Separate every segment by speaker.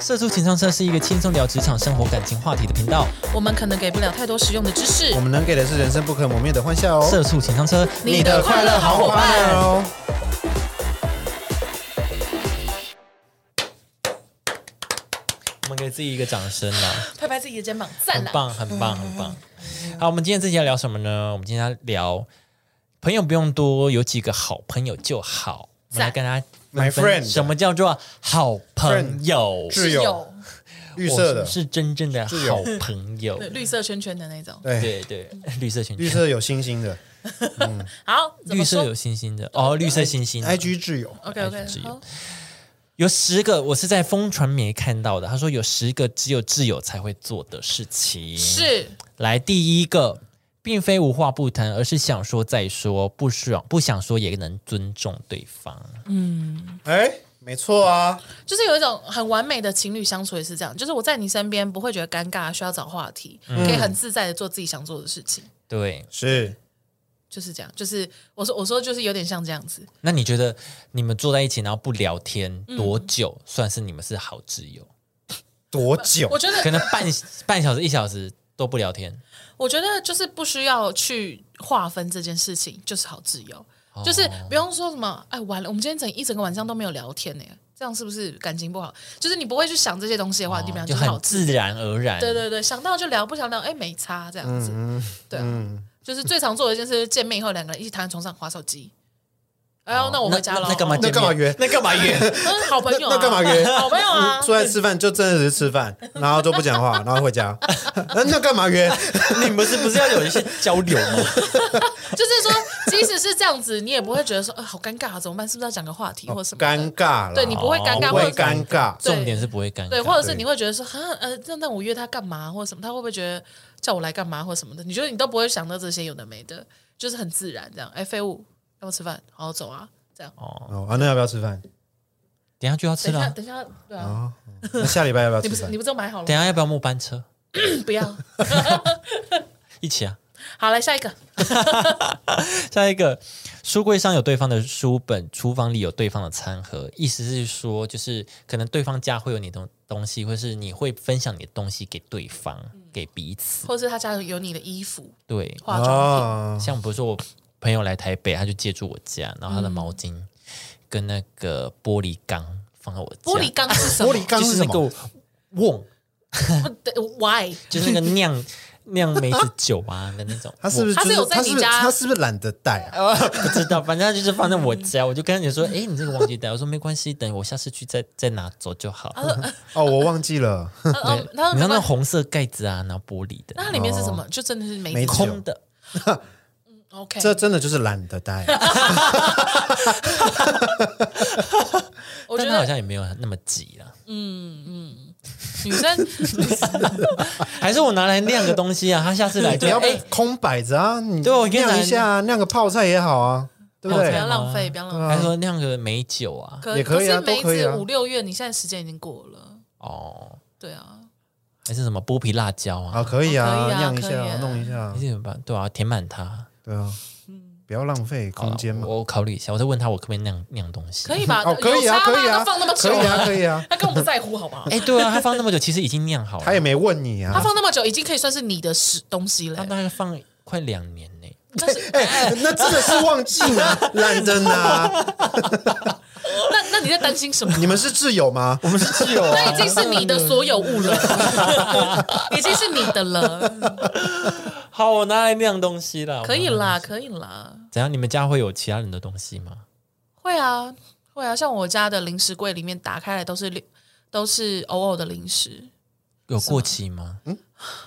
Speaker 1: 社畜情商车是一个轻松聊职场、生活、感情话题的频道。
Speaker 2: 我们可能给不了太多实用的知识
Speaker 3: 我。们能给的是人生不可磨灭的欢笑哦，
Speaker 1: 社畜情商车，
Speaker 2: 你的快乐好伙伴
Speaker 3: 哦。
Speaker 1: 我们给自己一个掌声啦，
Speaker 2: 拍拍自己的肩膀，赞啊
Speaker 1: 很
Speaker 2: 啦！
Speaker 1: 棒，很棒，很棒。好，我们今天这期要聊什么呢？我们今天要聊朋友不用多，有几个好朋友就好。我们来
Speaker 2: 赞
Speaker 1: 跟大家
Speaker 3: My
Speaker 1: 分分
Speaker 3: friend
Speaker 1: 什么叫做好朋友？
Speaker 3: 是有绿色
Speaker 1: 我
Speaker 3: 的，
Speaker 1: 是真正的
Speaker 3: 是有
Speaker 1: 好朋友
Speaker 2: 对。绿色圈圈的那种。
Speaker 3: 对，
Speaker 1: 对对，绿色裙
Speaker 3: 绿
Speaker 1: 子，
Speaker 3: 色有星星的
Speaker 2: 好，怎么
Speaker 1: 绿色
Speaker 2: 说
Speaker 1: 有星星的哦，绿色星星的。
Speaker 3: ，IG 挚友，
Speaker 2: OK
Speaker 1: 是
Speaker 2: OK
Speaker 1: 有
Speaker 2: 好，
Speaker 1: 有十个，我是在风传媒看到的。他说有十个只有挚友才会做的事情。
Speaker 2: 是
Speaker 1: 来第一个，并非无话不谈，而是想说再说，不爽不想说也能尊重对方。
Speaker 3: 哎，没错啊，
Speaker 2: 就是有一种很完美的情侣相处也是这样，就是我在你身边不会觉得尴尬，需要找话题，可以很自在的做自己想做的事情，
Speaker 1: 对，
Speaker 3: 是
Speaker 2: 就是这样。就是我说我说就是有点像这样子，
Speaker 1: 那你觉得你们坐在一起然后不聊天
Speaker 2: 嗯
Speaker 1: 多久，算是你们是好挚友？
Speaker 3: 多久
Speaker 2: 我？觉得
Speaker 1: 可能半半小时一小时都不聊天，
Speaker 2: 我觉得就是不需要去划分这件事情，就是好自由，
Speaker 3: 哦
Speaker 2: 就是不用说什么，哎，完了，我们今天整一整个晚上都没有聊天呢，这样是不是感情不好？就是你不会去想这些东西的话，啊
Speaker 3: 哦
Speaker 2: 你们
Speaker 1: 哦就
Speaker 2: 俩是好
Speaker 1: 很
Speaker 2: 自由
Speaker 1: 自然而然。
Speaker 2: 对对对，想到就聊，不想聊，哎，没差这样子，
Speaker 3: 嗯
Speaker 2: 对啊，就是最常做的一件事，就是见面以后两个人一起躺在床上划手机。哎呦，那我回家
Speaker 1: 那
Speaker 2: 了。
Speaker 1: 那干嘛
Speaker 3: 哦那干嘛约？那干嘛约？
Speaker 2: 嗯好朋友啊，
Speaker 3: 那干嘛约
Speaker 2: 好朋友啊，
Speaker 3: 出来吃饭就真的是 吃饭，然后都不讲话，然后回家，那那干嘛约？
Speaker 1: 你们是不是要有一些交流吗？
Speaker 2: 就是说，即使是这样子，你也不会觉得说，呃，好尴尬啊，怎么办？是不是要讲个话题或什么的？
Speaker 3: 哦尴尬了，
Speaker 2: 对你不会尴尬，
Speaker 3: 不
Speaker 2: 或
Speaker 3: 会
Speaker 2: 者是
Speaker 3: 尴 尬，
Speaker 2: 对
Speaker 1: 重点是不会尴尬，
Speaker 2: 对，或者是你会觉得说，哈，呃，那那我约他干嘛，或者什么，他会不会觉得叫我来干嘛，或什么的？你觉得你都不会想到这些有的没的，就是很自然这样。哎，废物，要不要吃饭？好，走啊，这样。
Speaker 3: 哦啊，那要不要 吃饭？
Speaker 1: 等一下就要吃
Speaker 2: 等一下，
Speaker 1: 了。哦
Speaker 2: 等一下，对啊，
Speaker 3: 那下礼拜要不要
Speaker 2: 你
Speaker 3: 吃
Speaker 2: 不是
Speaker 3: 饭
Speaker 2: 你？不是都买好了
Speaker 1: 等
Speaker 2: 吗？
Speaker 1: 一下要不要末班车？
Speaker 2: 不要。
Speaker 1: 一起啊！
Speaker 2: 好，来下一个。
Speaker 1: 下一个，书柜上有对方的书本，厨房里有对方的餐盒。意思是说，就是可能对方家会有你的东西，或是你会分享你的东西给对方，给彼此。
Speaker 2: 或者是他家有你的衣服、
Speaker 1: 对，
Speaker 2: 化妆
Speaker 3: 哦
Speaker 2: 品，
Speaker 1: 像比如说我朋友来台北，他就借住我家，然后他的毛巾跟那个玻璃缸放在我家，
Speaker 2: 玻璃缸是什么
Speaker 3: 玻璃缸
Speaker 1: 就是是
Speaker 3: 什
Speaker 1: 那个
Speaker 3: 么？
Speaker 1: 瓮，
Speaker 2: 对？Why？
Speaker 1: 就是那个酿 酿梅子酒啊的那种瓮。
Speaker 3: 他是不是
Speaker 2: 他
Speaker 3: 就是
Speaker 2: 有
Speaker 3: 是
Speaker 2: 在
Speaker 3: 他
Speaker 2: 你
Speaker 3: 是不是
Speaker 2: 家
Speaker 3: 他是不是懒得带啊？
Speaker 1: 不知道，反正他就是放在我家，我就跟他讲说，哎、你这个忘记带，我说没关系，等我下次去再再拿走就好。
Speaker 3: 哦，我忘记了。
Speaker 2: 嗯
Speaker 1: 对
Speaker 2: 嗯，
Speaker 1: 你
Speaker 2: 然后
Speaker 1: 知道呃
Speaker 2: 没
Speaker 1: 那
Speaker 2: 关系
Speaker 1: 红色盖子啊，然后玻璃的，
Speaker 2: 那它里面是什么？就真的是没
Speaker 3: 没
Speaker 2: 空。
Speaker 3: 空
Speaker 1: 空的，
Speaker 2: OK，
Speaker 3: 这真的就是懒 得待，
Speaker 2: 我觉
Speaker 1: 但他好
Speaker 2: 得嗯
Speaker 1: 像也没有那么急啊。
Speaker 2: 女生
Speaker 1: 还是我拿来晾个东西 啊，他下次来
Speaker 3: 你
Speaker 1: 就
Speaker 3: 要不
Speaker 1: 哎，
Speaker 3: 空摆着啊，你
Speaker 1: 对我跟你讲
Speaker 3: 晾一下，晾个泡菜也好啊，对不
Speaker 1: 泡
Speaker 2: 不
Speaker 1: 菜
Speaker 2: 要
Speaker 3: 对？
Speaker 2: 浪费，不要浪费。
Speaker 1: 还说晾个美酒啊，
Speaker 2: 可
Speaker 3: 也可以啊
Speaker 2: 是梅
Speaker 3: 都可以
Speaker 2: 子
Speaker 3: 啊
Speaker 2: 五六月，你现在时间已经过了，
Speaker 1: 哦，
Speaker 2: 对 啊，
Speaker 1: 还是什么剥皮辣椒啊，
Speaker 3: 啊，可以
Speaker 2: 可
Speaker 3: 啊
Speaker 2: 以，啊
Speaker 3: 晾一
Speaker 2: 可以
Speaker 3: 下
Speaker 2: 啊，
Speaker 3: 弄一下
Speaker 1: 还，是怎么办？对啊，填满它。
Speaker 3: 对啊，不要浪费
Speaker 1: 好啦
Speaker 3: 空间嘛。
Speaker 1: 我我考虑一下，我再问他我可不可以酿酿东西。
Speaker 2: 可以吧？
Speaker 3: 哦，可以啊，
Speaker 2: 有差吗
Speaker 3: 可以啊，
Speaker 2: 都放那么久
Speaker 3: 可以啊，
Speaker 2: 了，
Speaker 3: 可以啊，
Speaker 2: 他根本不在乎，好 不好？
Speaker 1: 哎，对啊，他放那么久，其实已经酿好了，
Speaker 3: 他也没问你
Speaker 2: 他
Speaker 3: 啊。
Speaker 2: 放那么久，已经可以算是你的食东西了
Speaker 1: 他。大概放快两年呢。
Speaker 2: 但是，
Speaker 3: 哎， 那真的是忘记拿，懒得拿。
Speaker 2: 那那你在担心什么？
Speaker 3: 你们是挚友吗？我们是挚友
Speaker 2: 那已经是你的所有物了， 已经是你的 了，
Speaker 1: 好，我拿来酿东西了，
Speaker 2: 可以
Speaker 1: 我拿来
Speaker 2: 啦，可以啦，
Speaker 1: 怎样？你们家会有其他人的东西吗？
Speaker 2: 会啊，会啊，像我家的零食柜里面打开来都是零都是偶尔的零食，
Speaker 1: 有过期吗？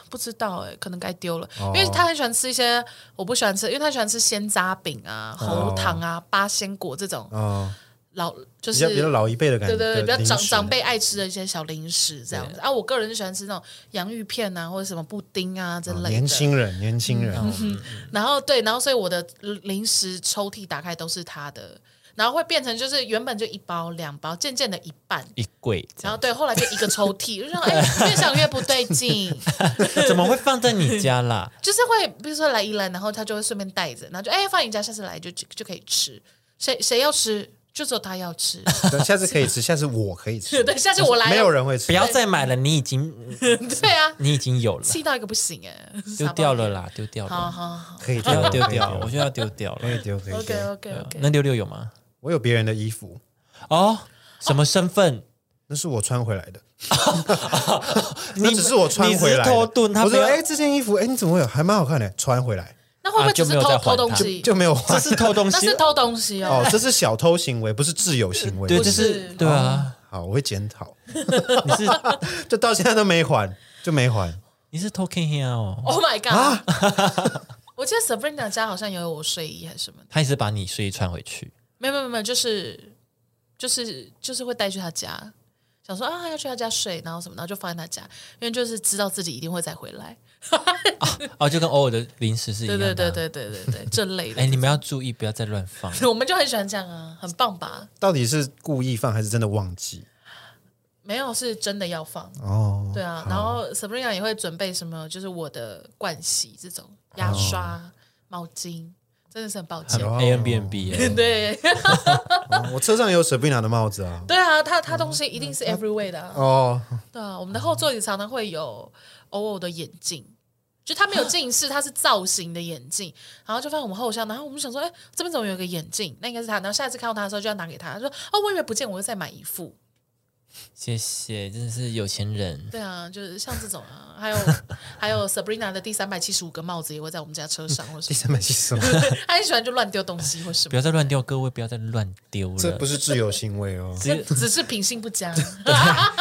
Speaker 2: 不知道哎、可能该丢了，
Speaker 3: 哦
Speaker 2: 因为他很喜欢吃一些我不喜欢吃，因为他喜欢吃鲜扎饼啊、喉糖啊、八仙果这种
Speaker 3: 哦，
Speaker 2: 老就
Speaker 3: 比
Speaker 2: 是
Speaker 3: 较比较老一辈的感
Speaker 2: 对
Speaker 3: 觉，
Speaker 2: 对对，比较
Speaker 3: 零
Speaker 2: 长
Speaker 3: 食
Speaker 2: 长辈爱吃的一些小零食这样子啊。我个人就喜欢吃那种洋芋片啊，或者什么布丁啊之类的。
Speaker 3: 年轻人，年轻人，
Speaker 2: 嗯然后对，然后所以我的零食抽屉打开都是他的，然后会变成就是原本就一包两包，渐渐的一半。
Speaker 1: 一柜这
Speaker 2: 然
Speaker 1: 样，
Speaker 2: 后对，后来就一个抽屉，就想哎，越想越不对劲，
Speaker 1: 怎么会放在你家啦？
Speaker 2: 就是会比如说来宜兰，然后他就会顺便带着，然后就哎放你家，下次来就就就可以吃，谁谁要吃就只有他要吃。
Speaker 3: 对下次可以吃，下次我可以 吃，
Speaker 2: 对，下次我来。啊
Speaker 3: 没有人会
Speaker 1: 不
Speaker 3: 吃。
Speaker 1: 要再买了，你已经
Speaker 2: 对啊，
Speaker 1: 你已经有了，
Speaker 2: 气到一个不行哎，
Speaker 1: 丢掉了。啦，丢掉
Speaker 2: 好
Speaker 1: 了，
Speaker 2: 好好
Speaker 3: 可以
Speaker 1: 丢
Speaker 3: 丢
Speaker 1: 掉丢掉，我觉得要丢掉
Speaker 3: 可以
Speaker 1: 了。
Speaker 3: 丢可以
Speaker 2: ，OK
Speaker 3: 丢。
Speaker 2: OK OK，
Speaker 1: 那六六有吗？
Speaker 3: 我有别人的衣服，
Speaker 1: 哦，什么身份？
Speaker 3: 那是我穿回来的，
Speaker 1: 你
Speaker 3: 那只是我穿回
Speaker 1: 你只是
Speaker 3: 来的。
Speaker 1: 偷渡，他
Speaker 3: 我
Speaker 1: 没
Speaker 3: 说
Speaker 1: 有，
Speaker 3: 哎，这件衣服哎，你怎么会有？还蛮好看的，穿回来
Speaker 2: 那会不会
Speaker 1: 啊
Speaker 2: 只
Speaker 1: 就是没有
Speaker 2: 偷
Speaker 1: 再
Speaker 2: 偷
Speaker 1: 还
Speaker 2: 东
Speaker 1: 他
Speaker 2: 西？
Speaker 3: 就没有花
Speaker 1: 这。是偷东
Speaker 2: 那
Speaker 1: 西
Speaker 2: 是，偷东西哦。
Speaker 3: 哦，这是小偷行为，不是自由行为。
Speaker 1: 对，
Speaker 3: 不
Speaker 1: 就是是对啊，
Speaker 3: 好，我会检讨，
Speaker 1: 你是
Speaker 3: 就到现在都没还，就没还。
Speaker 1: 你是偷 K K 哦，
Speaker 2: Oh my god！、我记得 Sabrina 家好像也有我睡衣还是什么的，
Speaker 1: 他也是把你睡衣穿回去，
Speaker 2: 没有没有没有，就是就是就是会带去他家，想说啊要去他家睡，然后什么，然后就放在他家，因为就是知道自己一定会再回来。
Speaker 1: 哦，就跟偶尔的零食是一
Speaker 2: 对
Speaker 1: 样
Speaker 2: 对
Speaker 1: 的。
Speaker 2: 对。对对对对，这类的。
Speaker 1: 哎，你们要注意，不要再乱放。
Speaker 2: 我们就很喜欢这样啊，很棒吧？
Speaker 3: 到底是故意放还是真的忘记？
Speaker 2: 没有是真的要放，
Speaker 3: 哦，
Speaker 2: 对啊。然后 Sabrina 也会准备什么，就是我的盥洗这种牙刷、毛巾，真的是很抱歉。
Speaker 3: 哦
Speaker 1: A N B N B 哎，
Speaker 2: 对
Speaker 3: 哦我车上有 Sabrina 的帽子啊。
Speaker 2: 对啊，他他东西一定是 everywhere 的、啊。
Speaker 3: 哦，
Speaker 2: 对啊，我们的后座椅常常会有偶尔的眼镜，就它没有近视，它是造型的眼镜，然后就放我们后箱，然后我们想说，哎，这边怎么有一个眼镜？那应该是他。然后下一次看到他的时候就要拿给他，他说，哦，我以为不见，我又再买一副。
Speaker 1: 谢谢，真的是有钱人。
Speaker 2: 对啊，就是像这种啊，还有还有 Sabrina 的第三百七十五个帽子也会在我们家车上，或
Speaker 3: 第
Speaker 2: 是
Speaker 3: 三百七十吗？
Speaker 2: 他很喜欢就乱丢东西或什
Speaker 1: 不
Speaker 2: 么，
Speaker 1: 要再乱丢，各位不要再乱丢了。
Speaker 3: 这不是自由行 为哦。
Speaker 1: 只
Speaker 2: 只是品性不 佳。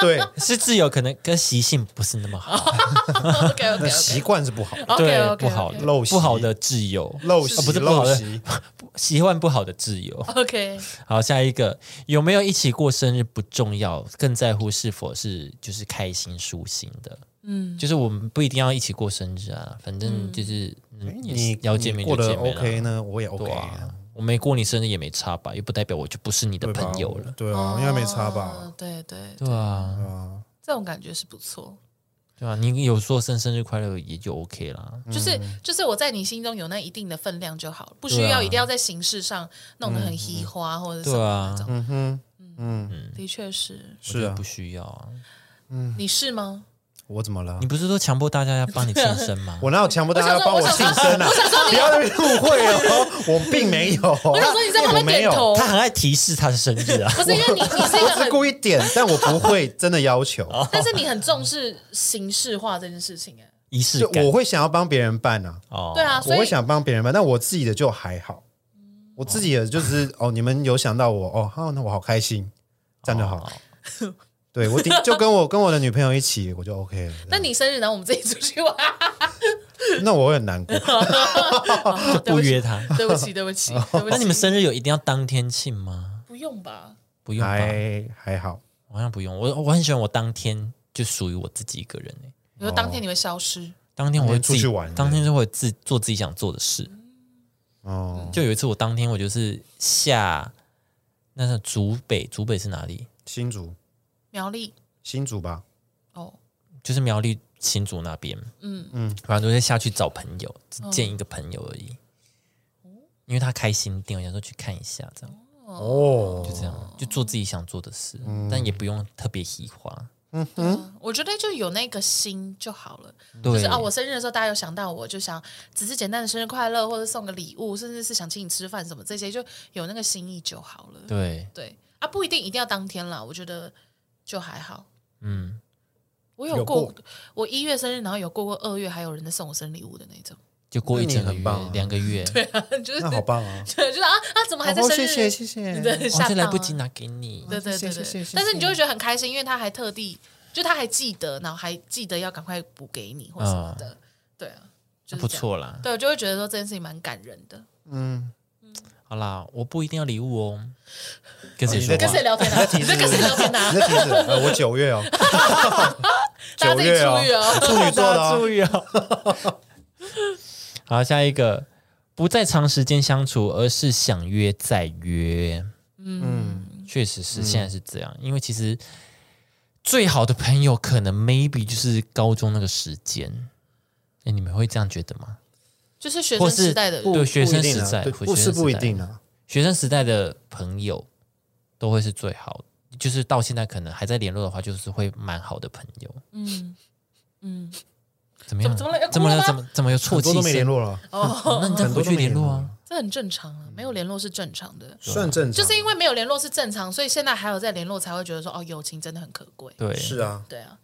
Speaker 3: 对，
Speaker 1: 是自由，可能跟习性不是那么好，
Speaker 2: OK
Speaker 3: 那
Speaker 2: OK
Speaker 3: 习惯是不好，
Speaker 2: OK
Speaker 1: 对
Speaker 2: OK
Speaker 1: 不好的
Speaker 2: OK
Speaker 3: 陋习
Speaker 1: 不好的自由，
Speaker 3: 陋
Speaker 1: 啊
Speaker 3: 习，
Speaker 1: 哦不是不好
Speaker 3: 陋
Speaker 1: 的
Speaker 3: 习。
Speaker 1: 习惯不好的自由。
Speaker 2: OK，
Speaker 1: 好，下一个有没有一起过生日不重要，更在乎是否是就是开心舒心的。嗯，就是我们不一定要一起过生日啊，反正就是、嗯也是
Speaker 3: 你
Speaker 1: 要见面
Speaker 3: 你
Speaker 1: 就
Speaker 3: 过得
Speaker 1: 见面了
Speaker 3: OK 呢，我也 OK
Speaker 1: 对
Speaker 3: 啊
Speaker 1: 啊，，我没过你生日也没差吧，又不代表我就不是你的
Speaker 3: 对吧
Speaker 1: 朋友了。
Speaker 3: 对啊，应该没差吧？
Speaker 2: 哦对对，
Speaker 1: 对啊，
Speaker 3: 啊，
Speaker 2: 这种感觉是不错。
Speaker 1: 对啊，你有说生生日快乐也就 OK 啦。
Speaker 3: 嗯
Speaker 2: 就是就是我在你心中有那一定的分量就好了，不需
Speaker 1: 对啊
Speaker 2: 要一定要在形式上弄得很稀花或者什
Speaker 1: 对
Speaker 2: 么。
Speaker 1: 啊，
Speaker 2: 种
Speaker 3: 嗯哼，嗯，
Speaker 2: 的确是，
Speaker 1: 我觉
Speaker 3: 是
Speaker 1: 得
Speaker 3: 啊
Speaker 1: 不，需要啊。
Speaker 3: 嗯
Speaker 2: 你是吗？
Speaker 3: 我怎么了
Speaker 1: 你？不是说强迫大家要帮你庆生吗？
Speaker 3: 我哪有强迫大
Speaker 2: 我
Speaker 3: 家
Speaker 2: 想说
Speaker 3: 帮庆生啊？不要在那边误会哦，我并没 有。我
Speaker 2: 我想说你在旁边
Speaker 3: 没
Speaker 2: 点
Speaker 3: 有，
Speaker 2: 头，
Speaker 1: 他很爱提示他的生日啊。
Speaker 2: 哦不是因为你你是一
Speaker 3: 我
Speaker 2: 个
Speaker 3: 只是
Speaker 2: 很，
Speaker 3: 故意点，但我不会真的要求，
Speaker 1: 哦
Speaker 2: 但是你很重视形式化这件事情哎。
Speaker 1: 仪式
Speaker 3: 就
Speaker 1: 感
Speaker 3: 我会想要帮别人办啊，
Speaker 1: 哦，
Speaker 2: 对啊，
Speaker 3: 我
Speaker 2: 所
Speaker 3: 会
Speaker 2: 以嗯
Speaker 3: 想帮别人办，但我自己的就还好，我自己的 就是哦，你们有想到我哦，好，那我好开心，这样就
Speaker 1: 哦
Speaker 3: 好。对我顶就跟我跟我的女朋友一起，我就 OK 了。
Speaker 2: 那你生日然后我们自己出去玩，
Speaker 3: 那我会很难过，
Speaker 1: 就 不约他。
Speaker 2: 对不啊起对不起对不起，
Speaker 1: 那你们生日有一定要当天庆吗？
Speaker 2: 不用吧？
Speaker 1: 不用吧，
Speaker 3: 还还好。
Speaker 1: 我好像不用。我我很喜欢我当天就属于我自己一个人、欸、
Speaker 2: 比如说当天你会消失，
Speaker 1: 当天我会自己
Speaker 3: 当天出去玩
Speaker 1: 当天就会自做自己想做的事。
Speaker 3: 哦，
Speaker 1: 就有一次我当天我就是下那是竹北，竹北是哪里？
Speaker 3: 新竹，
Speaker 2: 苗栗
Speaker 3: 新竹吧，
Speaker 2: 哦，
Speaker 1: 就是苗栗新竹那边。
Speaker 2: 嗯
Speaker 1: 反正就是下去找朋友，只见一个朋友而已。因为他开新店，我想说去看一下，这样
Speaker 3: 哦
Speaker 1: 就，这样，就做自己想做的事，但也不用特别喜欢。
Speaker 2: 嗯，我觉得就有那个心就好了。
Speaker 1: 对，
Speaker 2: 就是啊，我生日的时候大家有想到我，就想只是简单的生日快乐，或者送个礼物，甚至是想请你吃饭什么这些，就有那个心意就好了。
Speaker 1: 对，
Speaker 2: 对啊，不一定一定要当天啦，我觉得就还好。
Speaker 1: 嗯，
Speaker 2: 我有
Speaker 3: 有
Speaker 2: 过，
Speaker 3: 过
Speaker 2: 我一月生日，然后有过过二月，还有人在送我生日礼物的那种，
Speaker 1: 就过一整个
Speaker 3: 那你很
Speaker 1: 月
Speaker 3: 棒啊，
Speaker 1: 两个月，
Speaker 2: 就是
Speaker 3: 那好棒啊！
Speaker 2: 对， 就是啊啊，怎么还在
Speaker 3: 哦
Speaker 2: 生日？
Speaker 3: 谢谢谢谢，
Speaker 2: 对，
Speaker 1: 我
Speaker 2: 吓
Speaker 1: 这
Speaker 2: 到
Speaker 1: 来
Speaker 2: 啊
Speaker 1: 哦不及拿给你。
Speaker 2: 对对
Speaker 3: 谢
Speaker 2: 对
Speaker 3: 谢谢
Speaker 2: 对
Speaker 3: 谢，
Speaker 2: 但是你就会觉得很开心，因为他还特地，就他还记得，然后还记得要赶快补给你或什么的，对啊，就是
Speaker 1: 不
Speaker 2: 这样，
Speaker 1: 错啦，
Speaker 2: 对，我就会觉得说这件事情蛮感人的。
Speaker 3: 嗯，
Speaker 1: 好啦，我不一定要礼物哦。跟谁
Speaker 3: 你
Speaker 1: 哦说话？
Speaker 3: 在
Speaker 2: 跟谁聊天啊？你
Speaker 3: 你
Speaker 2: 在跟谁聊天啊？
Speaker 3: 你在提示呃我九月哦，
Speaker 2: 大家自己注
Speaker 3: 九
Speaker 2: 意
Speaker 3: 月
Speaker 2: 哦。
Speaker 3: 处女座的
Speaker 1: 大家注
Speaker 3: 哦，
Speaker 1: 意哦。 好，下一个，不再长时间相处，而是想约再约。嗯，确实是，现在是这样，因为其实最好的朋友可能 maybe 就是高中那个时间。哎，你们会这样觉得吗？
Speaker 2: 就是学
Speaker 1: 或
Speaker 2: 生
Speaker 1: 是
Speaker 2: 时代的人，
Speaker 1: 对学
Speaker 3: 不一
Speaker 1: 生
Speaker 3: 定
Speaker 1: 时
Speaker 3: 啊
Speaker 1: 代，
Speaker 3: 对
Speaker 1: 会
Speaker 3: 不
Speaker 1: 学
Speaker 3: 是
Speaker 1: 生时
Speaker 3: 不一
Speaker 1: 代
Speaker 3: 定啊，
Speaker 1: 学生时代的朋友，都会是最好的，就是到现在可能还在联络的话，就是会蛮好的朋友。
Speaker 2: 嗯嗯，
Speaker 1: 怎么样？
Speaker 2: 怎么了
Speaker 1: 怎么
Speaker 2: 要哭了
Speaker 1: 了？
Speaker 2: 吗
Speaker 1: 怎么怎么有
Speaker 3: 很
Speaker 1: 啜
Speaker 3: 多
Speaker 1: 泣
Speaker 3: 都没联
Speaker 1: 声？
Speaker 3: 络了，
Speaker 2: 哦，
Speaker 1: 那你再
Speaker 3: 很
Speaker 1: 回
Speaker 3: 多都
Speaker 1: 去
Speaker 3: 没
Speaker 1: 联络
Speaker 3: 联
Speaker 1: 啊
Speaker 3: 络。
Speaker 2: 这很正常啊，没有联络是正常的。
Speaker 3: 算正常。
Speaker 2: 就是因为没有联络是正常，所以现在还有在联络，才会觉得说哦，友情真的很可贵。
Speaker 1: 对，
Speaker 3: 是啊，
Speaker 2: 对啊，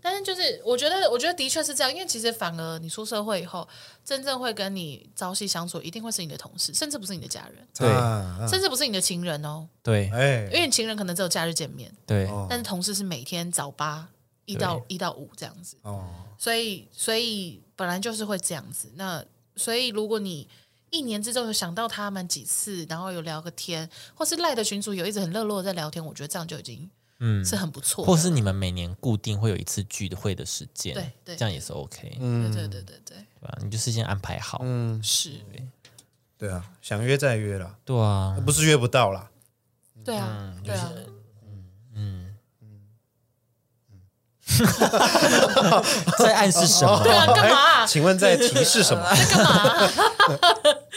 Speaker 2: 但是就是我觉得，我觉得的确是这样，因为其实反而你出社会以后，真正会跟你朝夕相处，一定会是你的同事，甚至不是你的家人，
Speaker 1: 对
Speaker 3: 啊，啊
Speaker 2: 甚至不是你的情人哦，
Speaker 1: 嗯对
Speaker 2: 因
Speaker 3: 哎，
Speaker 2: 为你情人可能只有假日见面，
Speaker 1: 对，
Speaker 3: 哦
Speaker 2: 但是同事是每天早八一
Speaker 1: 对
Speaker 2: 到一到五这样子，
Speaker 3: 哦，
Speaker 2: 所以所以本来就是会这样子。那所以如果你一年之中有想到他们几次，然后有聊个天，或是赖的群主有一直很热络地在聊天，我觉得这样就已经
Speaker 1: 嗯，
Speaker 2: 是很不错的。
Speaker 1: 或是你们每年固定会有一次聚会的时间，
Speaker 2: 对对
Speaker 1: 这样也是 OK，对
Speaker 3: 嗯
Speaker 2: 对对对对对，
Speaker 1: 吧？你就事先安排好，
Speaker 2: 是，
Speaker 3: 对啊，想约再约啦，
Speaker 1: 对啊，
Speaker 3: 不是约不到 啦。
Speaker 2: 对啊，
Speaker 1: 嗯
Speaker 2: 对啊，
Speaker 1: 在暗示什么？
Speaker 3: 哦
Speaker 2: 对啊，干嘛
Speaker 1: 哎
Speaker 2: 啊、
Speaker 3: 请问在提 示什么？
Speaker 2: 在干嘛啊、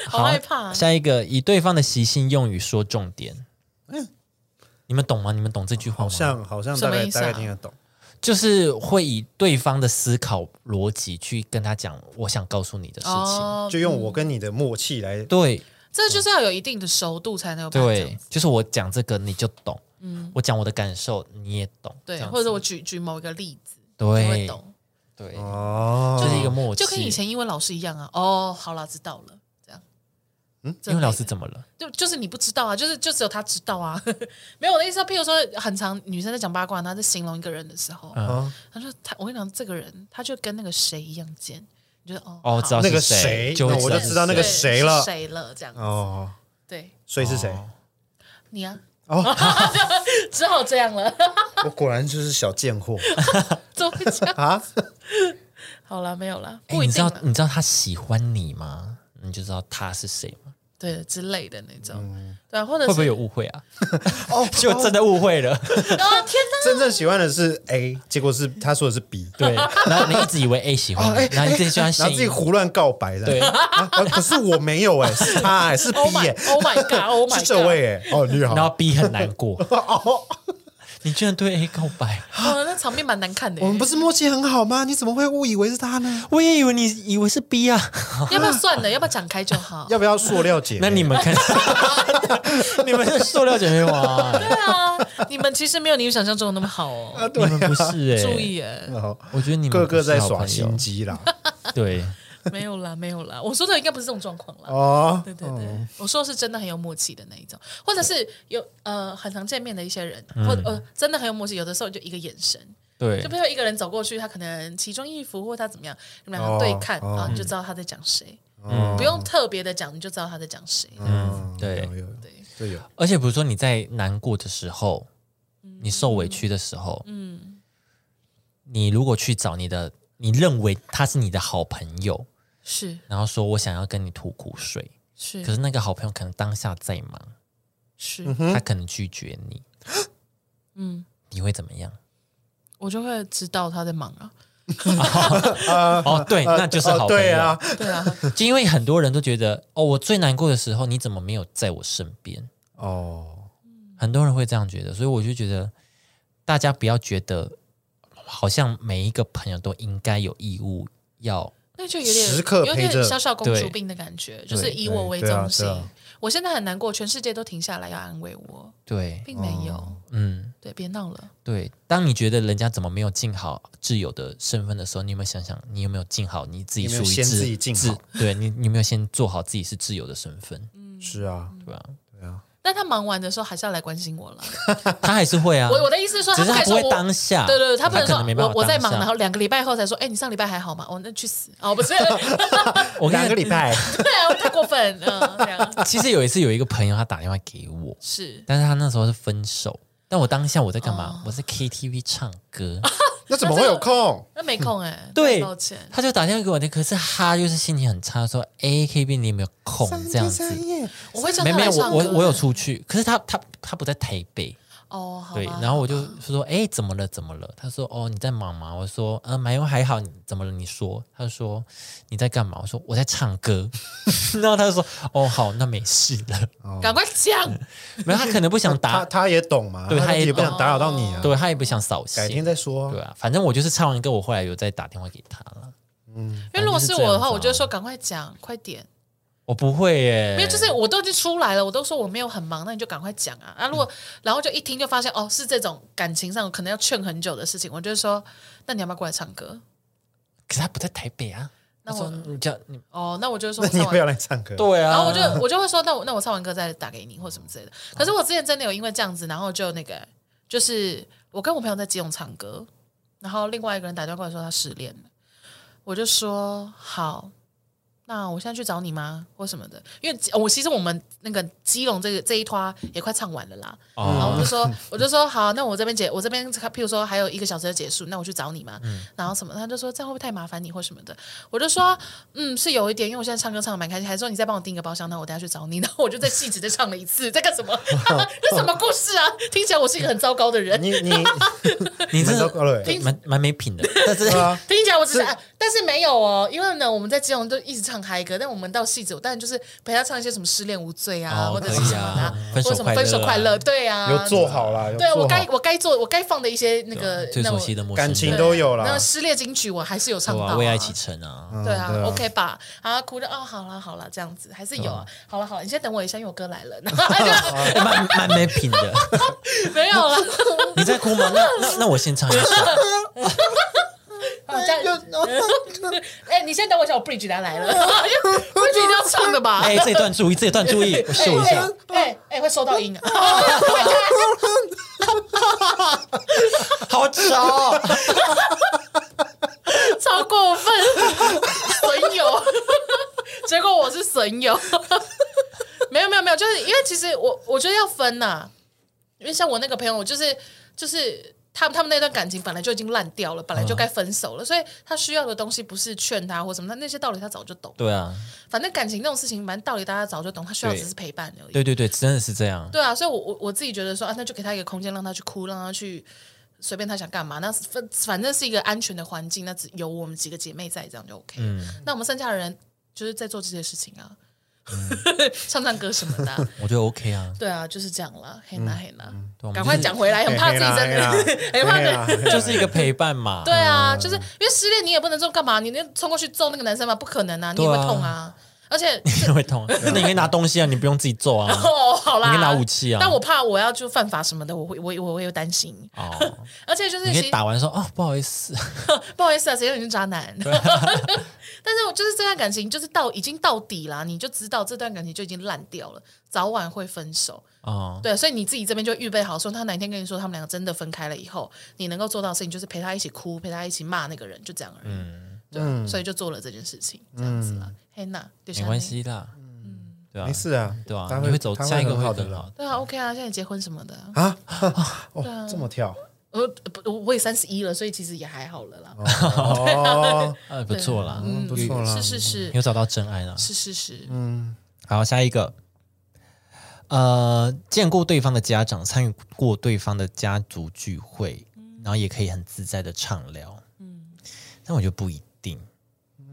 Speaker 2: 好害怕啊、
Speaker 1: 下一个，以对方的习性用语说重点。你们懂吗？你们懂这句话
Speaker 3: 嗯好
Speaker 1: 吗？
Speaker 3: 像好像
Speaker 2: 什
Speaker 3: 大
Speaker 2: 么
Speaker 3: 概
Speaker 2: 意思
Speaker 3: 大
Speaker 2: 啊
Speaker 3: 概听得懂。
Speaker 1: 就是会以对方的思考逻辑去跟他讲我想告诉你的事情。
Speaker 2: 哦，
Speaker 3: 就用我跟你的默契来，
Speaker 1: 对
Speaker 2: 这就是要有一定的熟度才能有办法哦这样嗯
Speaker 1: 对，就是我讲这个你就懂，我讲我的感受你也懂，这
Speaker 2: 对，
Speaker 1: 样
Speaker 2: 或者我举举某一个例子，就会
Speaker 1: 对
Speaker 2: 懂，
Speaker 1: 对，
Speaker 3: 哦，
Speaker 1: 就是一个默契。
Speaker 2: 就跟以前英文老师一样啊。哦，好啦，知道了，这样。嗯，
Speaker 1: 英文老师怎么了？
Speaker 2: 就就是你不知道啊，就是就只有他知道啊。 没有我的意思，譬如说，很常女生在讲八卦，她在形容一个人的时候，
Speaker 1: 嗯
Speaker 3: 啊
Speaker 2: 她说他，我跟你讲，这个人他就跟那个谁一样尖，你觉得哦，
Speaker 1: 哦，
Speaker 2: 好
Speaker 1: 知道
Speaker 3: 那
Speaker 1: 是
Speaker 3: 个谁
Speaker 1: 谁，就
Speaker 3: 那
Speaker 1: 会
Speaker 3: 我就
Speaker 1: 知
Speaker 3: 知
Speaker 1: 道是
Speaker 3: 道那个
Speaker 2: 对
Speaker 3: 谁
Speaker 2: 是
Speaker 3: 了
Speaker 2: 谁了这样子。
Speaker 3: 哦，
Speaker 2: 对
Speaker 3: 所以是谁？
Speaker 2: 你啊，
Speaker 3: 哦，
Speaker 2: 只好这样了，
Speaker 3: 我果然就是小 贱货
Speaker 2: 怎么会这样？
Speaker 3: 啊！
Speaker 2: 好了，没有了，
Speaker 1: 哎
Speaker 2: 不一
Speaker 1: 你知
Speaker 2: 定
Speaker 1: 道
Speaker 2: 啦
Speaker 1: 你知道他喜欢你吗？你就知道他是谁吗？
Speaker 2: 对之类的那
Speaker 3: 嗯
Speaker 2: 种，对啊，或
Speaker 1: 会
Speaker 2: 者
Speaker 1: 不会
Speaker 2: 是
Speaker 1: 有误会 啊？哦， 就真的误会了。
Speaker 3: 哦
Speaker 2: 啊，天哪，
Speaker 3: 真正喜欢的是 A，结果是他说的是 B，
Speaker 1: 对，然后你一直以为 A 喜欢你，然后你自己喜欢
Speaker 3: 哦哎然
Speaker 1: 现
Speaker 3: 后自己
Speaker 1: 役，
Speaker 3: 胡乱告白的。
Speaker 1: 对
Speaker 3: 啊，啊可是我没有哎，是他哎，是 B
Speaker 2: Oh my
Speaker 3: 哎，
Speaker 2: Oh my God，Oh my God，
Speaker 3: 是这位哎，哦，你好
Speaker 1: 然，后 B 很难过。
Speaker 3: 哦，
Speaker 1: 你居然对 A 告白，
Speaker 2: 哦，那场面蛮难看的耶。
Speaker 3: 我们不是默契很好吗？你怎么会误以为是他呢？
Speaker 1: 我也以为你以为是 B 啊。
Speaker 2: 要不要算了？要不要讲开就好？
Speaker 3: 要不要塑料姐妹？
Speaker 1: 那你们看， 你们是塑料姐妹花，
Speaker 2: 对啊，你们其实没有你们想象中的那么好
Speaker 3: 呃
Speaker 2: 哦。
Speaker 1: 你们不
Speaker 3: 啊
Speaker 1: 是哎。
Speaker 2: 注意耶，
Speaker 3: 哦
Speaker 1: 我觉得你们
Speaker 3: 个个在耍
Speaker 1: 不是好
Speaker 3: 心
Speaker 1: 朋友，
Speaker 3: 机 啦。
Speaker 1: 对，
Speaker 2: 没有啦，没有啦。我说的应该不是这种状况啦。
Speaker 3: 哦，
Speaker 2: 对对对，我说的是真的很有默契的那一种，或者是有呃很常见面的一些人，
Speaker 3: 嗯
Speaker 2: 或呃真的很有默契，有的时候就一个眼神，
Speaker 1: 对
Speaker 2: 就比如说一个人走过去，他可能奇装异服或他怎么样，你们两个对看
Speaker 3: 哦哦
Speaker 2: 啊，你就知道他在讲谁，
Speaker 3: 哦
Speaker 2: 不用特别的讲，你就知道他在讲谁。
Speaker 3: 嗯，
Speaker 1: 对
Speaker 3: 有有有
Speaker 2: 对，
Speaker 3: 这有
Speaker 1: 而且比如说你在难过的时候，你受委屈的时候，
Speaker 2: 嗯，
Speaker 1: 你如果去找你的，你认为他是你的好朋友，
Speaker 2: 是
Speaker 1: 然后说我想要跟你吐苦水，
Speaker 2: 是
Speaker 1: 可是那个好朋友可能当下在忙，
Speaker 2: 是，
Speaker 3: 嗯
Speaker 1: 他可能拒绝你，
Speaker 2: 嗯，
Speaker 1: 你会怎么样？
Speaker 2: 我就会知道他在忙啊，
Speaker 1: 哦，对，那就是好
Speaker 3: 啊
Speaker 1: 朋
Speaker 3: 哦对
Speaker 1: 友。嗯
Speaker 3: 啊，
Speaker 2: 对啊，
Speaker 1: 就因为很多人都觉得，哦，我最难过的时候，你怎么没有在我身边？
Speaker 3: 哦，
Speaker 1: 很多人会这样觉得，所以我就觉得，大家不要觉得，好像每一个朋友都应该有义务要
Speaker 2: 那就有点
Speaker 3: 时刻
Speaker 2: 有
Speaker 3: 陪
Speaker 2: 点
Speaker 3: 着
Speaker 2: 小小公主
Speaker 1: 对
Speaker 2: 病的感觉，就是
Speaker 1: 对
Speaker 2: 以我为
Speaker 3: 对对啊
Speaker 2: 中心
Speaker 3: 对啊。
Speaker 2: 我现在很难过，全世界都停下来要安慰我，
Speaker 1: 对，
Speaker 2: 并没
Speaker 3: 哦
Speaker 2: 有。
Speaker 1: 嗯，
Speaker 2: 对，别闹了。
Speaker 1: 对。当你觉得人家怎么没有尽好挚友的身份的时候，你有没有想想，你有没有尽好你自己
Speaker 3: 你
Speaker 1: 属
Speaker 3: 有
Speaker 1: 于
Speaker 3: 没有先自己尽好
Speaker 1: 自对你，你有没有先做好自己是挚友的身份，
Speaker 3: 是啊，
Speaker 1: 对吧？
Speaker 2: 但他忙完的时候还是要来关心我 了。
Speaker 1: 他还是会啊，
Speaker 2: 我我的意思是说，
Speaker 1: 只是
Speaker 2: 不可
Speaker 1: 他
Speaker 2: 以
Speaker 1: 不
Speaker 2: 说
Speaker 1: 会
Speaker 2: 我
Speaker 1: 当下，
Speaker 2: 对对对，他
Speaker 1: 他
Speaker 2: 不能说
Speaker 1: 可能没办
Speaker 2: 我
Speaker 1: 法
Speaker 2: 我在
Speaker 1: 当
Speaker 2: 忙，
Speaker 1: 下
Speaker 2: 然后两个礼拜后才说，哎，你上礼拜还好吗？哦，那去死！哦，不是，
Speaker 1: 我跟
Speaker 3: 两
Speaker 1: 你
Speaker 3: 个礼拜，
Speaker 2: 对啊，太过分，嗯，这样
Speaker 1: 其实有一次有一个朋友他打电话给我，
Speaker 2: 是
Speaker 1: 但是他那时候是分手，但我当下我在干
Speaker 2: 哦
Speaker 1: 嘛？我在 KTV 唱歌，
Speaker 3: 那怎么会有空？
Speaker 2: 那没空哎，
Speaker 1: 对
Speaker 2: 抱歉，
Speaker 1: 他就打电话给我，可是他就是心情很差，说 A K B 你有没有空这样子？
Speaker 3: 夜
Speaker 2: 我会叫
Speaker 1: 没
Speaker 2: 他
Speaker 1: 没
Speaker 2: 来
Speaker 1: 有，
Speaker 2: 唱
Speaker 1: 我
Speaker 2: 歌
Speaker 1: 我我有出去，可是他他他不在台北，
Speaker 2: 哦，好吧
Speaker 1: 对，然后我就说，哎、怎么了？怎么了？他说，哦，你在忙吗？我说，呃，没有，还好。你怎么了？你说。他说，你在干嘛？我说，我在唱歌。 然后他就说，哦，好，那没事了。
Speaker 2: 赶快讲，
Speaker 1: 嗯没有，他可能不想
Speaker 3: 呃他
Speaker 1: 打，
Speaker 3: 他也懂嘛，
Speaker 1: 对他也
Speaker 3: 也不
Speaker 1: 懂
Speaker 3: 想打扰到你啊，
Speaker 1: 对他也不想扫
Speaker 3: 改天
Speaker 1: 兴，
Speaker 3: 再说啊
Speaker 1: 对。啊。反正我就是唱完歌，我后来有再打电话给他了。
Speaker 2: 因为如果是我的话，
Speaker 1: 反正就是这样子啊哎
Speaker 2: 我就会说赶快讲，快点。
Speaker 1: 我不会耶，
Speaker 2: 没有，就是我都已经出来了，我都说我没有很忙，那你就赶快讲啊。
Speaker 1: 嗯
Speaker 2: 啊，如果然后就一听就发现哦，是这种感情上可能要劝很久的事情，我就说那你要不要过来唱歌？
Speaker 1: 可是他不在台北啊。
Speaker 2: 那
Speaker 1: 他说
Speaker 2: 我
Speaker 1: 你叫你
Speaker 2: 哦，那我就说
Speaker 3: 那
Speaker 2: 我
Speaker 3: 你
Speaker 2: 唱
Speaker 3: 也不要
Speaker 2: 完。
Speaker 3: 来唱歌，
Speaker 1: 对啊，
Speaker 2: 然后我就我就会说，那我那我唱完歌再打给你或什么之类的。可是我之前真的有因为这样子，然后就那个就是我跟我朋友在基隆唱歌，然后另外一个人打电话过来说他失恋了，我就说好，那我现在去找你吗？或什么的？因为呃我其实我们那个基隆这个这一趴也快唱完了啦，然后我
Speaker 1: 哦
Speaker 2: 就说 我就说好，那我这边结我这边譬如说还有一个小时就结束，那我去找你嘛，嗯然后什么，他就说这样会不会太麻烦你或什么的？我就说嗯是有一点，因为我现在唱歌唱的蛮开心，还说你再帮我订一个包厢，那我等下去找你，然后我就在细致的唱了一次，在干 什么？这什么故事啊？听起来我是一个很糟糕的人。
Speaker 3: 你 你
Speaker 1: 你真
Speaker 3: 蛮糟糕的
Speaker 1: 的
Speaker 3: 欸
Speaker 1: 对蛮蛮没品的， 但是
Speaker 3: 对啊，
Speaker 2: 听起来我只是，啊但是没有哦，因为呢，我们在基隆都一直唱嗨歌，但我们到戏子，我当然就是陪他唱一些什么《失恋无罪》啊，
Speaker 1: 哦
Speaker 2: 或者
Speaker 1: 可
Speaker 2: 是
Speaker 1: 以
Speaker 2: 什么的
Speaker 1: 啊
Speaker 2: 啊，
Speaker 1: 分手
Speaker 2: 或者什么
Speaker 1: 快乐
Speaker 2: 分手
Speaker 1: 啊
Speaker 2: 快乐，对啊，
Speaker 3: 有做好啦，有
Speaker 2: 对
Speaker 3: 做
Speaker 2: 我
Speaker 3: 好
Speaker 2: 该我该做我该放的一些那个
Speaker 1: 最
Speaker 2: 呃那
Speaker 1: 熟
Speaker 2: 种
Speaker 1: 悉的陌生
Speaker 3: 感
Speaker 1: 人
Speaker 3: 情都有
Speaker 2: 那
Speaker 3: 啦
Speaker 2: 个。撕裂金曲我还是有唱
Speaker 1: 对
Speaker 2: 到、
Speaker 1: 啊，
Speaker 2: 啊，
Speaker 1: 为爱启程啊，
Speaker 3: 嗯
Speaker 2: 对啊 o k 吧？啊，哭着哦，好了好了，这样子还是有
Speaker 1: 嗯
Speaker 2: 啊，好了好了，你先等我一下，因为我哥来了， 然后他就
Speaker 1: 欸蛮蛮没品的。
Speaker 2: 没有 了，
Speaker 1: 你在哭吗？那那那我先唱一首。
Speaker 2: 好这样，哎、你先等我一下，我 Bridge 他来 了，Bridge 一定要唱的吧？
Speaker 1: 哎，这一段注意，这一段注意，我秀一下。
Speaker 2: 哎、哎哎会收到音 啊！
Speaker 1: 好吵！
Speaker 2: 超过分，损友。 结果我是损友， 没有没有没有，就是因为其实我我觉得要分呐、因为像我那个朋友，我就是就是他们他们那段感情本来就已经烂掉了，本来就该分手了，所以他需要的东西不是劝他或什么，他那些道理他早就懂。
Speaker 1: 对啊，
Speaker 2: 反正感情那种事情，反正道理大家早就懂，他需要
Speaker 1: 对
Speaker 2: 只是陪伴而已。
Speaker 1: 对对对，真的是这样。
Speaker 2: 对啊，所以我我我自己觉得说啊，那就给他一个空间，让他去哭，让他去随便他想干嘛。那反反正是一个安全的环境，那只有我们几个姐妹在，这样就 OK。那
Speaker 1: 嗯
Speaker 2: 我们剩下的人就是在做这些事情啊，
Speaker 1: 嗯
Speaker 2: 唱唱歌什么的啊、
Speaker 1: 我觉得 OK 啊，
Speaker 2: 对啊，就是这样啦。嘿呐嘿呐，
Speaker 1: 嗯对我们
Speaker 2: 赶快
Speaker 1: 就是
Speaker 2: 讲回来，很怕自己真的， 很怕
Speaker 3: 啦
Speaker 2: 的。，
Speaker 1: 就是一个陪伴嘛。
Speaker 2: 对啊，就是因为失恋，你也不能说干嘛，你那冲过去揍那个男生嘛，不可能啊，你也会
Speaker 1: 对啊嗯
Speaker 2: 痛啊。而且
Speaker 1: 你会痛，那你可以拿东西啊，你不用自己揍啊。
Speaker 2: 哦，好啦，
Speaker 1: 你可以拿武器啊
Speaker 2: 但我怕我要就犯法什么的，我会我我我会担心。
Speaker 1: 哦，
Speaker 2: 而且就是
Speaker 1: 你可
Speaker 2: 其
Speaker 1: 以
Speaker 2: 实
Speaker 1: 打完说哦，不好意思，
Speaker 2: 不好意思啊，谁让你是渣男？ 但是我就是这段感情就是到已经到底啦，你就知道这段感情就已经烂掉了，早晚会分手。
Speaker 1: 哦，
Speaker 2: 对，所以你自己这边就预备好，说他哪一天跟你说他们两个真的分开了以后，你能够做到的事情就是陪他一起哭，陪他一起骂那个人，就这样而已。对，啊所以就做了这件事情，这样子啦。嘿娜，就
Speaker 1: 没关。系啦，对啊
Speaker 3: 没，事啊，
Speaker 1: 对啊
Speaker 3: 他，
Speaker 1: 你会走
Speaker 3: 他
Speaker 1: 下一个
Speaker 3: 很
Speaker 1: 会
Speaker 3: 好的
Speaker 1: 更
Speaker 3: 啦
Speaker 1: 好。的。
Speaker 2: 对啊，OK 啊，现在结婚什么的，
Speaker 3: 啊，
Speaker 2: 啊
Speaker 3: 哦，这 么跳
Speaker 2: 呃，不，我我也三十一了，所以其实也还好了啦。
Speaker 3: 哦，
Speaker 1: 呃，不错啦，
Speaker 3: 嗯不错啦
Speaker 2: 是，是是
Speaker 1: 你有找到真爱了。
Speaker 2: 是是是，
Speaker 3: 嗯，
Speaker 1: 好，下一个，呃，见过对方的家长，参与过对方的家族聚会，然后也可以很自在的畅聊。嗯，但我觉得不一定，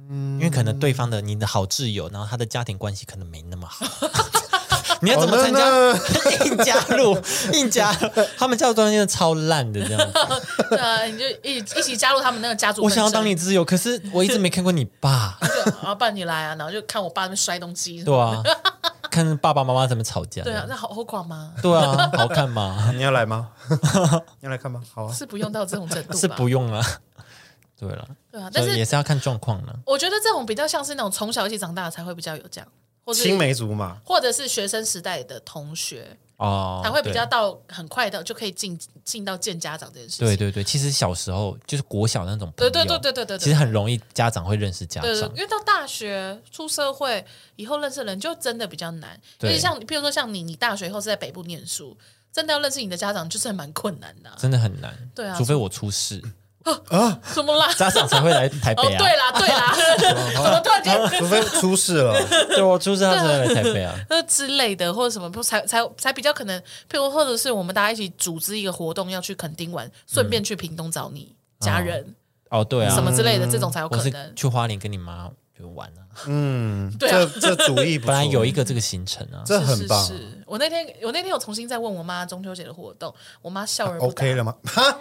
Speaker 1: 因为可能对方的你的好挚友，然后他的家庭关系可能没那么好。 你要怎么参加？
Speaker 3: 哦那那
Speaker 1: 硬加入，硬加入，他们家族关系真的超烂的这样 子。
Speaker 2: 对啊，你就一起一起加入他们那个家族
Speaker 1: 我
Speaker 2: 纷
Speaker 1: 想
Speaker 2: 争。
Speaker 1: 要当你挚友，可是我一直没看过你爸，
Speaker 2: 就，然后爸你来啊，然后就看我爸那边摔东西。
Speaker 1: 对啊，看爸爸妈妈怎么吵架。
Speaker 2: 对啊，，那好好垮吗？
Speaker 1: 对啊，好看吗？
Speaker 3: 你要 来吗？你要来看吗？好啊，
Speaker 2: 是不用到这种程度吧，
Speaker 1: 是不用了。 对了，
Speaker 2: 对啊。但
Speaker 1: 所以也
Speaker 2: 是
Speaker 1: 是要看状况呢。
Speaker 2: 我觉得这种比较像是那种从小一起长大的才会比较有这样，或者
Speaker 3: 青梅 竹马，
Speaker 2: 或者是学生时代的同学
Speaker 1: 哦，
Speaker 2: 才会比较到很快的就可以进进到见家长这件事情。
Speaker 1: 对。对对对，其实小时候就是国小那种朋
Speaker 2: 对
Speaker 1: 友，
Speaker 2: 对对对对对对，
Speaker 1: 其实很容易家长会认识家
Speaker 2: 对对，
Speaker 1: 长
Speaker 2: 因，为到大学出社会以后认识的人就真的比较难。
Speaker 1: 对
Speaker 2: 因为像，譬如说像你，你大学以后是在北部念书，真的要认识你的家长，就是蛮困难的啊、
Speaker 1: 真的很难。
Speaker 2: 对啊
Speaker 1: 除非我出事，
Speaker 3: 啊，
Speaker 2: 怎么啦？
Speaker 1: 家长才会来台
Speaker 2: 哦，
Speaker 1: 北啊。
Speaker 2: 对啦，对啦， 怎么突然间
Speaker 3: 除非出事了，
Speaker 1: 对，我出生他才会来台北 啊。
Speaker 2: 呃之类的，或者什么不才才才比较可能，譬如或者是我们大家一起组织一个活动要去垦丁玩，顺
Speaker 3: 嗯
Speaker 2: 便去屏东找你家人、
Speaker 1: 哦，对啊，
Speaker 2: 什么之类的，这种才有
Speaker 1: 我
Speaker 2: 可
Speaker 1: 是
Speaker 2: 能。
Speaker 1: 去花莲跟你妈就玩啊，
Speaker 3: 嗯，
Speaker 2: 对啊
Speaker 3: 这这主意不
Speaker 1: 本来
Speaker 3: 错，
Speaker 1: 有一个这个行程啊。
Speaker 3: 这
Speaker 2: 是
Speaker 3: 很棒
Speaker 2: 是是，我那天我那天有重新再问我妈中秋节的活动，我妈笑而不答、
Speaker 3: 啊 OK 哎了吗？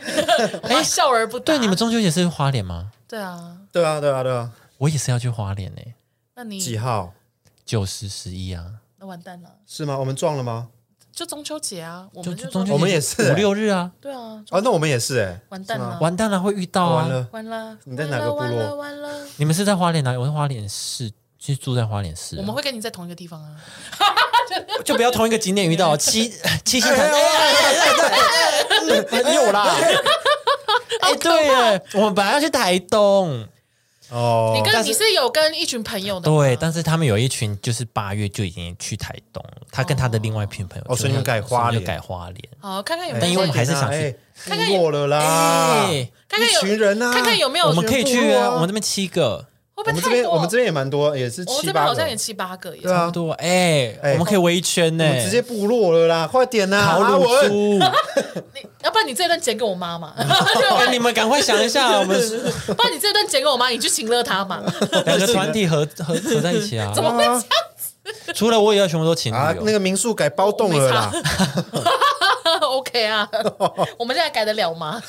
Speaker 2: 我妈笑而不答。
Speaker 1: 对，你们中秋节是去花莲吗？
Speaker 2: 对啊，
Speaker 3: 对啊，对啊，对啊，
Speaker 1: 我也是要去花莲诶、
Speaker 2: 那你
Speaker 3: 几号
Speaker 1: 九十十一啊，
Speaker 2: 那完蛋了，
Speaker 3: 是吗？我们撞了吗？
Speaker 2: 就中秋节啊，我
Speaker 1: 就
Speaker 2: 们
Speaker 1: 就
Speaker 2: 就
Speaker 1: 中
Speaker 2: 中
Speaker 1: 秋节
Speaker 3: 我们也是
Speaker 1: 五六日啊，
Speaker 2: 对啊，
Speaker 3: 啊，那我们也是哎，
Speaker 2: 完蛋了，
Speaker 1: 完蛋了会遇到
Speaker 2: 哦
Speaker 3: 完
Speaker 1: 啊。
Speaker 3: 了，
Speaker 2: 完了，
Speaker 3: 你在哪个部落
Speaker 2: 完了完了，完了
Speaker 1: 你们是在花莲哪里？我是花莲市，是住在花莲市啊、
Speaker 2: 我们会跟你在同一个地方啊。
Speaker 1: 就不要同一个景点遇到七七星潭，
Speaker 2: 哎
Speaker 1: 没有啦。哎，对耶，我们本来要去台东，
Speaker 3: 哦，
Speaker 2: 你
Speaker 1: 但
Speaker 2: 跟
Speaker 1: 是
Speaker 2: 你是有跟一群朋友的吗，
Speaker 1: 对，但是他们有一群就是八月就已经去台东了，他跟他的另外一群朋友，
Speaker 3: 哦所以你们改花
Speaker 1: 所以
Speaker 3: 莲
Speaker 1: 就改花莲。
Speaker 2: 好看看有没有
Speaker 1: 但因为我们
Speaker 2: 在
Speaker 1: 还是想去
Speaker 3: 哎，看过了啦，
Speaker 1: 哎，
Speaker 2: 看看有
Speaker 3: 一群人啊
Speaker 2: 看看有没有
Speaker 1: 我们可以去
Speaker 3: 全部
Speaker 1: 啊，
Speaker 3: 啊
Speaker 1: 我们那边七个，
Speaker 2: 会不会
Speaker 3: 我们这
Speaker 2: 太
Speaker 3: 边
Speaker 2: 多？
Speaker 3: 我们这边也蛮多，也是
Speaker 2: 我们
Speaker 3: 七
Speaker 2: 这边
Speaker 3: 八
Speaker 2: 好
Speaker 3: 个
Speaker 2: 像，也七八个耶，
Speaker 3: 对啊
Speaker 1: 差不多。哎，
Speaker 3: 哎
Speaker 1: 我们可以围一圈
Speaker 3: 我
Speaker 1: 呢，
Speaker 3: 们直接部落了啦，快点呐，
Speaker 1: 烤
Speaker 3: 阿
Speaker 1: 乳
Speaker 3: 文，
Speaker 1: 猪。
Speaker 2: 你要不然你这段剪给我妈嘛，
Speaker 1: 哎你们赶快想一下，我们是
Speaker 2: 不然你这段剪给我妈，你去请了她嘛。
Speaker 1: 两个团体合合合在一起啊
Speaker 2: 怎。么会这样？
Speaker 1: 除了我以外，全部都情
Speaker 2: 哎
Speaker 3: 啊
Speaker 1: 侣，
Speaker 3: 那
Speaker 1: 哦。
Speaker 3: 个民宿改包栋了
Speaker 2: 哦
Speaker 3: 啦，
Speaker 2: OK 啊，我们现在改得了吗？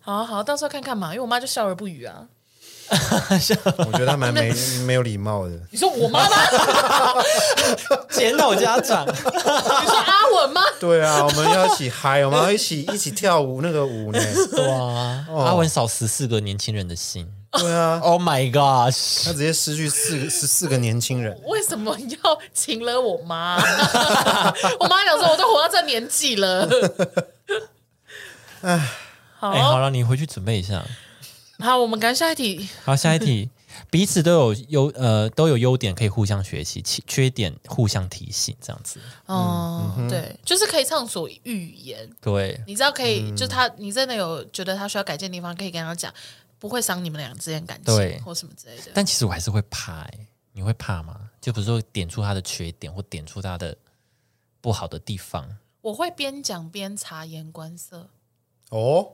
Speaker 2: 好啊好啊，到时候看看嘛，因为我妈就笑而不语啊。
Speaker 3: 我觉得他蛮 没没有礼貌的，
Speaker 2: 你说我妈吗？
Speaker 1: 检讨家长。
Speaker 2: 你说阿文吗？
Speaker 3: 对啊，我们要一起嗨，我们要一起一起跳舞那个舞呢，
Speaker 1: 哇，阿文少十四个年轻人的心。
Speaker 3: 对啊，
Speaker 1: Oh my gosh！
Speaker 3: 他直接失去四个十四个年轻人，
Speaker 2: 为什么要请了我妈？我妈想说，我都活到这年纪了。好
Speaker 1: 哎、好了，你回去准备一下。
Speaker 2: 好，我们赶下一题。
Speaker 1: 好，下一 题，彼此都有优呃都有优点，可以互相学习；其缺点互相提醒，这样子。
Speaker 2: 哦，对，就是可以畅所欲言。
Speaker 1: 对，
Speaker 2: 你知道可以，就他，你真的有觉得他需要改进的地方，可以跟他讲，不会伤你们俩之间感
Speaker 1: 对
Speaker 2: 情或什么之类的。
Speaker 1: 但其实我还是会怕、欸。你会怕吗？就比如说点出他的缺点，或点出他的不好的地方。
Speaker 2: 我会边讲边察言观色。
Speaker 3: 哦，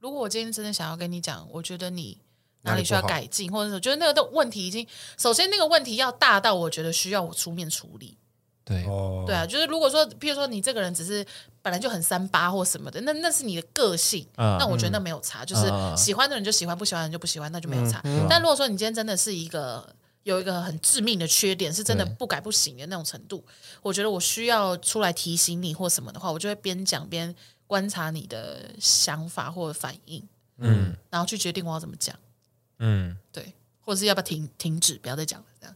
Speaker 2: 如果我今天真的想要跟你讲，我觉得你
Speaker 3: 哪
Speaker 2: 哪
Speaker 3: 里
Speaker 2: 里需要
Speaker 3: 不好
Speaker 2: 改进，或者是我觉得那个的问题已经，首先那个问题要大到我觉得需要我出面处理。
Speaker 1: 对，
Speaker 3: 哦，
Speaker 2: 对啊，就是如果说，譬如说你这个人只是本来就很三八或什么的，那那是你的个性，
Speaker 1: 嗯
Speaker 2: 那我觉得那没有差，就是
Speaker 1: 嗯嗯嗯
Speaker 2: 喜欢的人就喜欢，不喜欢的人就不喜欢，那就没有差。
Speaker 1: 嗯
Speaker 2: 但如果说你今天真的是一个有一个很致命的缺点，是真的
Speaker 1: 对
Speaker 2: 不改不行的那种程度，我觉得我需要出来提醒你或什么的话，我就会边讲边观察你的想法或者反应，
Speaker 1: 嗯
Speaker 2: 然后去决定我要怎么讲，
Speaker 1: 嗯，
Speaker 2: 对，或者是要不要停停止，不要再讲了这样。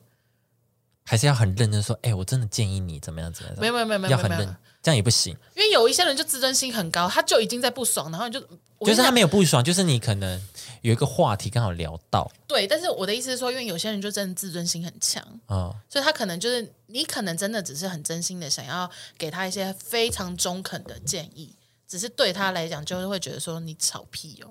Speaker 1: 还是要很认真说，哎、我真的建议你怎么样怎么样。
Speaker 2: 没有没有没有没
Speaker 1: 要
Speaker 2: 有没
Speaker 1: 很
Speaker 2: 有没有
Speaker 1: 认，，这样也不行。
Speaker 2: 因为有一些人就自尊心很高，他就已经在不爽，然后你就
Speaker 1: 就
Speaker 2: 我跟你
Speaker 1: 是他
Speaker 2: 讲
Speaker 1: 没有不爽，就是你可能有一个话题刚好聊到
Speaker 2: 对，但是我的意思是说，因为有些人就真的自尊心很强，
Speaker 1: 啊、
Speaker 2: 所以他可能就是你可能真的只是很真心的想要给他一些非常中肯的建议，只是对他来讲就是会觉得说你吵屁哦，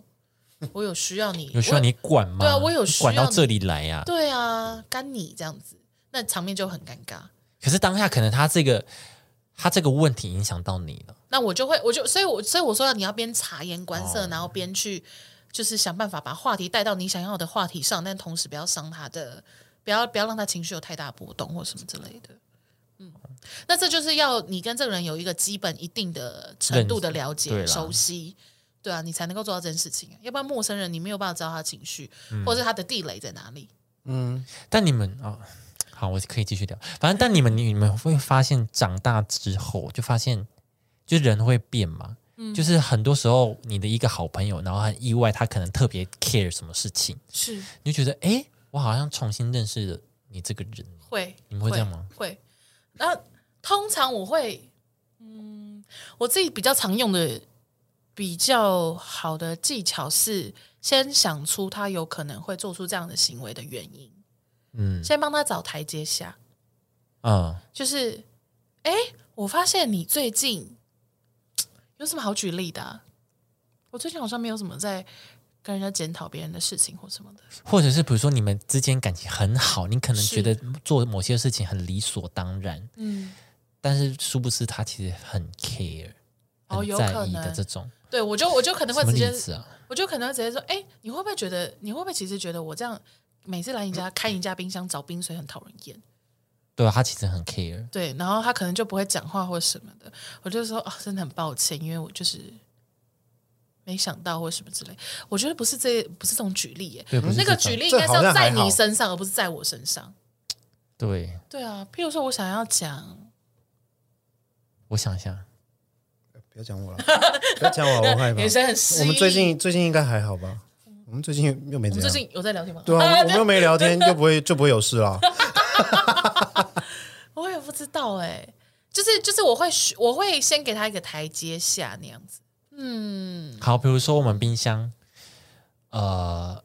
Speaker 2: 我有需要你，
Speaker 1: 有需要
Speaker 2: 我
Speaker 1: 你管吗？
Speaker 2: 对啊我有
Speaker 1: 你
Speaker 2: 需
Speaker 1: 管
Speaker 2: 要
Speaker 1: 到这里来呀、
Speaker 2: 对啊，干你这样子，那场面就很尴尬。
Speaker 1: 可是当下可能他这个他这个问题影响到你了，
Speaker 2: 那我就会，我就所以我，所以我说你要边察言观
Speaker 1: 哦
Speaker 2: 色，然后边去就是想办法把话题带到你想要的话题上，但同时不要伤他的，不要不要让他情绪有太大波动或什么之类的。嗯，那这就是要你跟这个人有一个基本一定的程度的了
Speaker 1: 认
Speaker 2: 解、
Speaker 1: 识对啦
Speaker 2: 熟悉，对啊，你才能够做到这件事情啊。要不然陌生人你没有办法知道他的情绪，
Speaker 1: 嗯
Speaker 2: 或者是他的地雷在哪里。嗯
Speaker 1: 但你们啊、好，我可以继续聊。反正但你们你们会发现，长大之后就发现，就人会变嘛。
Speaker 2: 嗯
Speaker 1: 就是很多时候，你的一个好朋友，然后很意外，他可能特别 care 什么事情，
Speaker 2: 是
Speaker 1: 你就觉得，哎，我好像重新认识了你这个人。
Speaker 2: 会，
Speaker 1: 你们会这样吗？
Speaker 2: 会。然后通常我会，嗯，我自己比较常用的比较好的技巧是，先想出他有可能会做出这样的行为的原因，
Speaker 1: 嗯
Speaker 2: 先帮他找台阶下。
Speaker 1: 嗯，
Speaker 2: 就是，哎，我发现你最近有什么好举例的啊、我最近好像没有什么在跟人家检讨别人的事情或什么的。
Speaker 1: 或者是比如说你们之间感情很好，你可能觉得
Speaker 2: 是
Speaker 1: 做某些事情很理所当然，
Speaker 2: 嗯，
Speaker 1: 但是殊不知他其实很 care，
Speaker 2: 哦
Speaker 1: 很
Speaker 2: 有
Speaker 1: 在
Speaker 2: 可
Speaker 1: 意的
Speaker 2: 能
Speaker 1: 这种。
Speaker 2: 对，我就我就可能会
Speaker 1: 什么
Speaker 2: 直接
Speaker 1: 例，子啊？
Speaker 2: 我就可能会直接说，哎、你会不会觉得，你会不会其实觉得我这样每次来你家开你家冰箱找冰水很讨人厌？
Speaker 1: 对啊，他其实很 care，
Speaker 2: 对，然后他可能就不会讲话或什么的，我就说啊，真的很抱歉，因为我就是没想到或什么之类。我觉得不是这不是这种举例耶，
Speaker 1: 对，不是
Speaker 2: 那个
Speaker 1: 这种
Speaker 2: 举例应
Speaker 3: 这
Speaker 2: 该是
Speaker 3: 好
Speaker 2: 要
Speaker 3: 像
Speaker 2: 在
Speaker 3: 还
Speaker 2: 你
Speaker 3: 好
Speaker 2: 身上，而不是在我身上。
Speaker 1: 对，
Speaker 2: 对啊，譬如说我想要讲，
Speaker 1: 我想一下，
Speaker 3: 不要 讲我了，不要讲我了，我害怕
Speaker 2: 女。生很失
Speaker 3: 哎我们最
Speaker 2: 忆
Speaker 3: 近最近应该还好吧？我们最近又没
Speaker 2: 我们
Speaker 3: 怎
Speaker 2: 最。
Speaker 3: 样
Speaker 2: 近有在聊天吗？
Speaker 3: 对啊，我们又没 聊天，又不会就不会有事啦。
Speaker 2: 我也不知道哎、就是就是我会学我会先给他一个台阶下那样子。嗯
Speaker 1: 好，比如说我们冰箱，呃，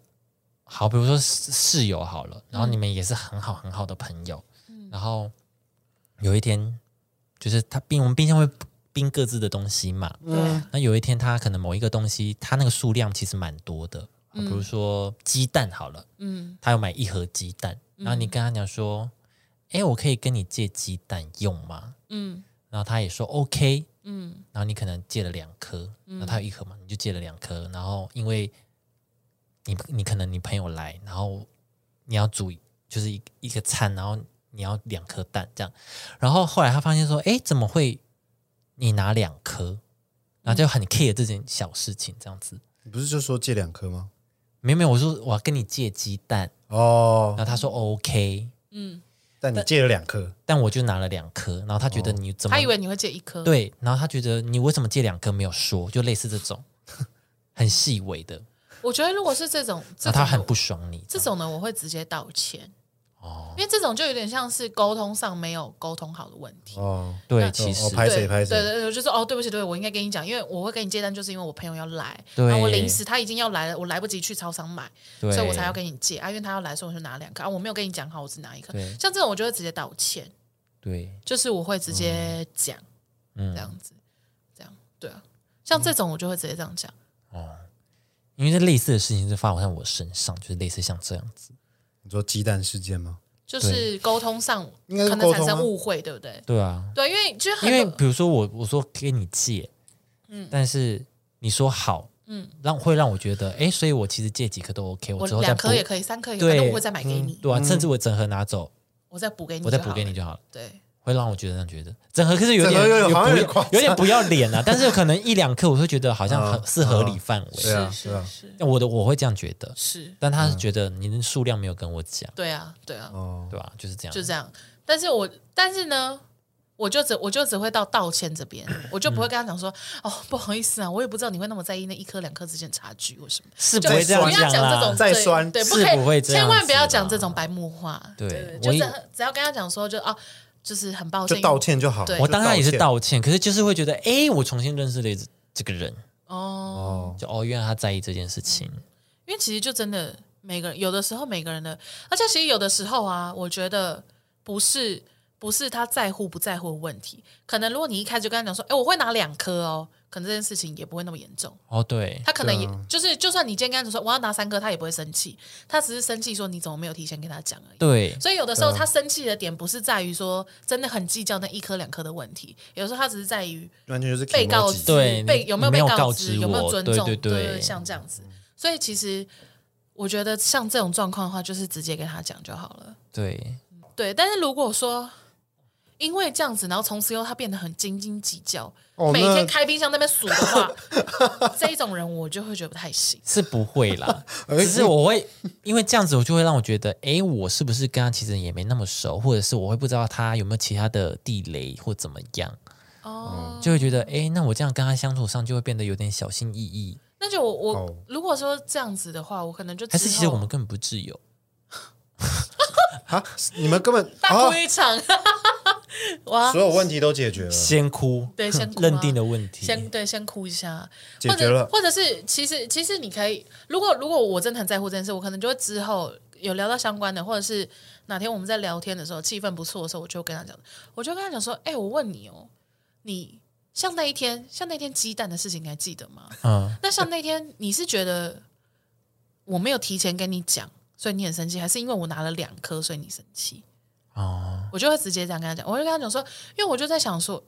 Speaker 1: 好，比如说室室友好了，然后你们也是很好很好的朋友，
Speaker 2: 嗯
Speaker 1: 然后有一天就是他冰我们冰箱会冰各自的东西嘛，
Speaker 2: 嗯，
Speaker 1: 那有一天他可能某一个东西，他那个数量其实蛮多的，比如说鸡蛋好了，
Speaker 2: 嗯，
Speaker 1: 他有买一盒鸡蛋，然后你跟他讲说，哎、我可以跟你借鸡蛋用吗？
Speaker 2: 嗯
Speaker 1: 然后他也说 OK，
Speaker 2: 嗯
Speaker 1: 然后你可能借了两颗，然后他有一盒嘛，你就借了两颗，然后因为你你可能你朋友来，然后你要煮就是一一个餐，然后你要两颗蛋这样，然后后来他发现说，哎，怎么会你拿两颗？然后就很 care 这件小事情这样子。
Speaker 3: 你不是就说借两颗吗？
Speaker 1: 没有没有，我说我要跟你借鸡蛋，然
Speaker 3: 哦，
Speaker 1: 后他说 OK，
Speaker 2: 嗯，
Speaker 3: 但你借了两颗，
Speaker 1: 但我就拿了两颗，然后他觉得你怎么
Speaker 2: 哦他以为你会借一颗，，
Speaker 1: 对，然后他觉得你为什么借两颗没有说，就类似这种很细微的，
Speaker 2: 我觉得如果是这种，这
Speaker 1: 然后啊
Speaker 2: 种
Speaker 1: 他很
Speaker 2: 我
Speaker 1: 不爽你
Speaker 2: 这
Speaker 1: 样
Speaker 2: 种呢，我会直接道歉，
Speaker 1: 哦，
Speaker 2: 因为这种就有点像是沟通上没有沟通好的问题。
Speaker 3: 哦，
Speaker 1: 对，
Speaker 2: 那
Speaker 1: 其
Speaker 3: 哦
Speaker 1: 实
Speaker 3: 拍谁
Speaker 2: 对
Speaker 3: 拍谁
Speaker 2: 对对对，我就说哦，对不起，对不起，我应该跟你讲，因为我会跟你借单，就是因为我朋友要来，
Speaker 1: 对
Speaker 2: 然后我临时他已经要来了，我来不及去超商买，
Speaker 1: 对，
Speaker 2: 所以我才要跟你借啊，因为他要来，所以我就拿两颗啊，我没有跟你讲好，我只拿一颗
Speaker 1: 对。
Speaker 2: 像这种我就会直接道歉，
Speaker 1: 对，
Speaker 2: 就是我会直接讲、
Speaker 1: 嗯
Speaker 2: 这，样子，这样对啊，像这种我就会直接这样讲。
Speaker 1: 因为这类似的事情就发生在我身上，就是类似像这样子，
Speaker 3: 你说鸡蛋事件吗？
Speaker 2: 就是沟通上
Speaker 3: 应该是
Speaker 2: 可能产
Speaker 3: 沟通
Speaker 2: 生
Speaker 3: 啊
Speaker 2: 误会，对不对？
Speaker 1: 对啊，
Speaker 2: 对，因为就是很
Speaker 1: 因为
Speaker 2: 多
Speaker 1: 比如说我我说给你借，嗯，但是你说好，嗯，让会让我觉得，哎，所以我其实借几颗都 OK，我之
Speaker 2: 我
Speaker 1: 后再
Speaker 2: 两
Speaker 1: 补
Speaker 2: 颗，也可以，三颗也可以，
Speaker 1: 对
Speaker 2: 反正我会再买给你，
Speaker 3: 嗯
Speaker 1: 对啊，甚至我整盒拿走，
Speaker 2: 我再补给你，
Speaker 1: 我再补给你。就好了。
Speaker 2: 对，
Speaker 1: 会让我觉得这样觉得，整盒可是有
Speaker 3: 整
Speaker 1: 点
Speaker 3: 盒有点好像有
Speaker 1: 不
Speaker 3: 点
Speaker 1: 要
Speaker 3: 夸张
Speaker 1: 有点不要脸啊，但是可能一两颗我会觉得好像
Speaker 3: 嗯
Speaker 1: 很是合理范
Speaker 3: 对
Speaker 1: 围，
Speaker 3: 啊
Speaker 2: 是
Speaker 3: 对啊
Speaker 2: 是
Speaker 1: 我的我会这样觉得，
Speaker 2: 是，
Speaker 1: 但他是
Speaker 3: 嗯
Speaker 1: 觉得你的数量没有跟我讲，
Speaker 2: 对啊对啊，
Speaker 3: 哦，
Speaker 1: 对吧？就是这样，
Speaker 2: 就这样。但是我但是呢，我就只我就只会到道歉 这边，我就不会跟他讲说、哦不好意思啊，我也不知道你会那么在意那一颗两颗之间的差距或什么。
Speaker 1: 是不
Speaker 2: 就
Speaker 1: 会
Speaker 2: 不
Speaker 1: 这样
Speaker 2: 要讲
Speaker 1: 讲
Speaker 2: 这
Speaker 1: 啦
Speaker 2: 种。
Speaker 3: 再
Speaker 2: 对
Speaker 3: 酸
Speaker 2: 对，不
Speaker 1: 是
Speaker 2: 可
Speaker 1: 不会
Speaker 2: 以，
Speaker 1: 这样
Speaker 2: 千万不要
Speaker 1: 子
Speaker 2: 讲
Speaker 1: 啦
Speaker 2: 这种白目话。
Speaker 1: 对
Speaker 2: 就
Speaker 1: 我
Speaker 2: 是
Speaker 1: 一
Speaker 2: 只要跟他讲说就啊，就是很抱歉，
Speaker 3: 就道歉就好。
Speaker 2: 对
Speaker 1: 我当然也是
Speaker 3: 道
Speaker 1: 道歉，可是就是会觉得，哎，我重新认识了这这个人，
Speaker 2: 哦
Speaker 3: 歉。。哦，
Speaker 1: 就哦，原来他在意这件事情，
Speaker 2: 因为其实就真的每个人，有的时候每个人的，而且其实有的时候啊，我觉得不是不是他在乎不在乎的问题，可能如果你一开始就跟他讲说，哎，我会拿两颗哦，可能这件事情也不会那么严重。
Speaker 1: 哦，对，
Speaker 2: 他可能也、
Speaker 3: 对啊
Speaker 2: 就是，就算你今天跟他讲说我要拿三颗，他也不会生气，他只是生气说你怎么没有提前跟他讲而已。
Speaker 1: 对，
Speaker 2: 所以有的时候
Speaker 3: 啊
Speaker 2: 他生气的点不是在于说真的很计较那一颗两颗的问题，有时候他只是在于
Speaker 3: 完全就是
Speaker 2: 被告
Speaker 3: kimoji
Speaker 2: 知，
Speaker 1: 对
Speaker 2: 被
Speaker 1: 你
Speaker 2: 有没
Speaker 1: 你没
Speaker 2: 有被
Speaker 1: 有告
Speaker 2: 告
Speaker 1: 知
Speaker 2: 知，有没
Speaker 1: 我
Speaker 2: 有尊重，
Speaker 1: 对对对
Speaker 2: 像这样子。所以其实我觉得像这种状况的话，就是直接跟他讲就好了。
Speaker 1: 对，
Speaker 2: 对，但是如果说因为这样子，然后从此以后他变得很斤斤计较，
Speaker 3: 哦
Speaker 2: 每
Speaker 3: 那
Speaker 2: 天开冰箱那边数的话，这一种人我就会觉得不太行。
Speaker 1: 是不会啦，
Speaker 3: 哎
Speaker 1: 只是我会因为这样子，我就会让我觉得，诶，我是不是跟他其实也没那么熟，或者是我会不知道他有没有其他的地雷或怎么样，
Speaker 3: 嗯
Speaker 2: 哦，
Speaker 1: 就会觉得，诶，那我这样跟他相处上就会变得有点小心翼翼，
Speaker 2: 那就我我、
Speaker 3: 哦
Speaker 2: 如果说这样子的话，我可能就
Speaker 1: 还是
Speaker 2: 之
Speaker 1: 其实
Speaker 2: 后
Speaker 1: 我们根本不挚友，
Speaker 3: 啊，你们根本
Speaker 2: 大
Speaker 3: 啊
Speaker 2: 哭，一场， 哇！
Speaker 3: 所有问题都解 决了，
Speaker 1: 先哭，
Speaker 2: 对先哭啊
Speaker 1: 认定的问题，
Speaker 2: 先对，先哭一下，
Speaker 3: 解决了
Speaker 2: 或者或者是其实其实你可以，如果如果我真的很在乎这件事，我可能就会之后有聊到相关的，或者是哪天我们在聊天的时候气氛不错的时候，我就跟他讲，我就跟他讲说，哎、我问你哦，你像那一天，像那天鸡蛋的事情，你还记得吗？
Speaker 1: 嗯，
Speaker 2: 那像那天，你是觉得我没有提前跟你讲，所以你很生气，还是因为我拿了两颗，所以你生气？
Speaker 1: 哦，
Speaker 2: 我就会直接这样跟他讲，我就跟他讲说，因为我就在想说，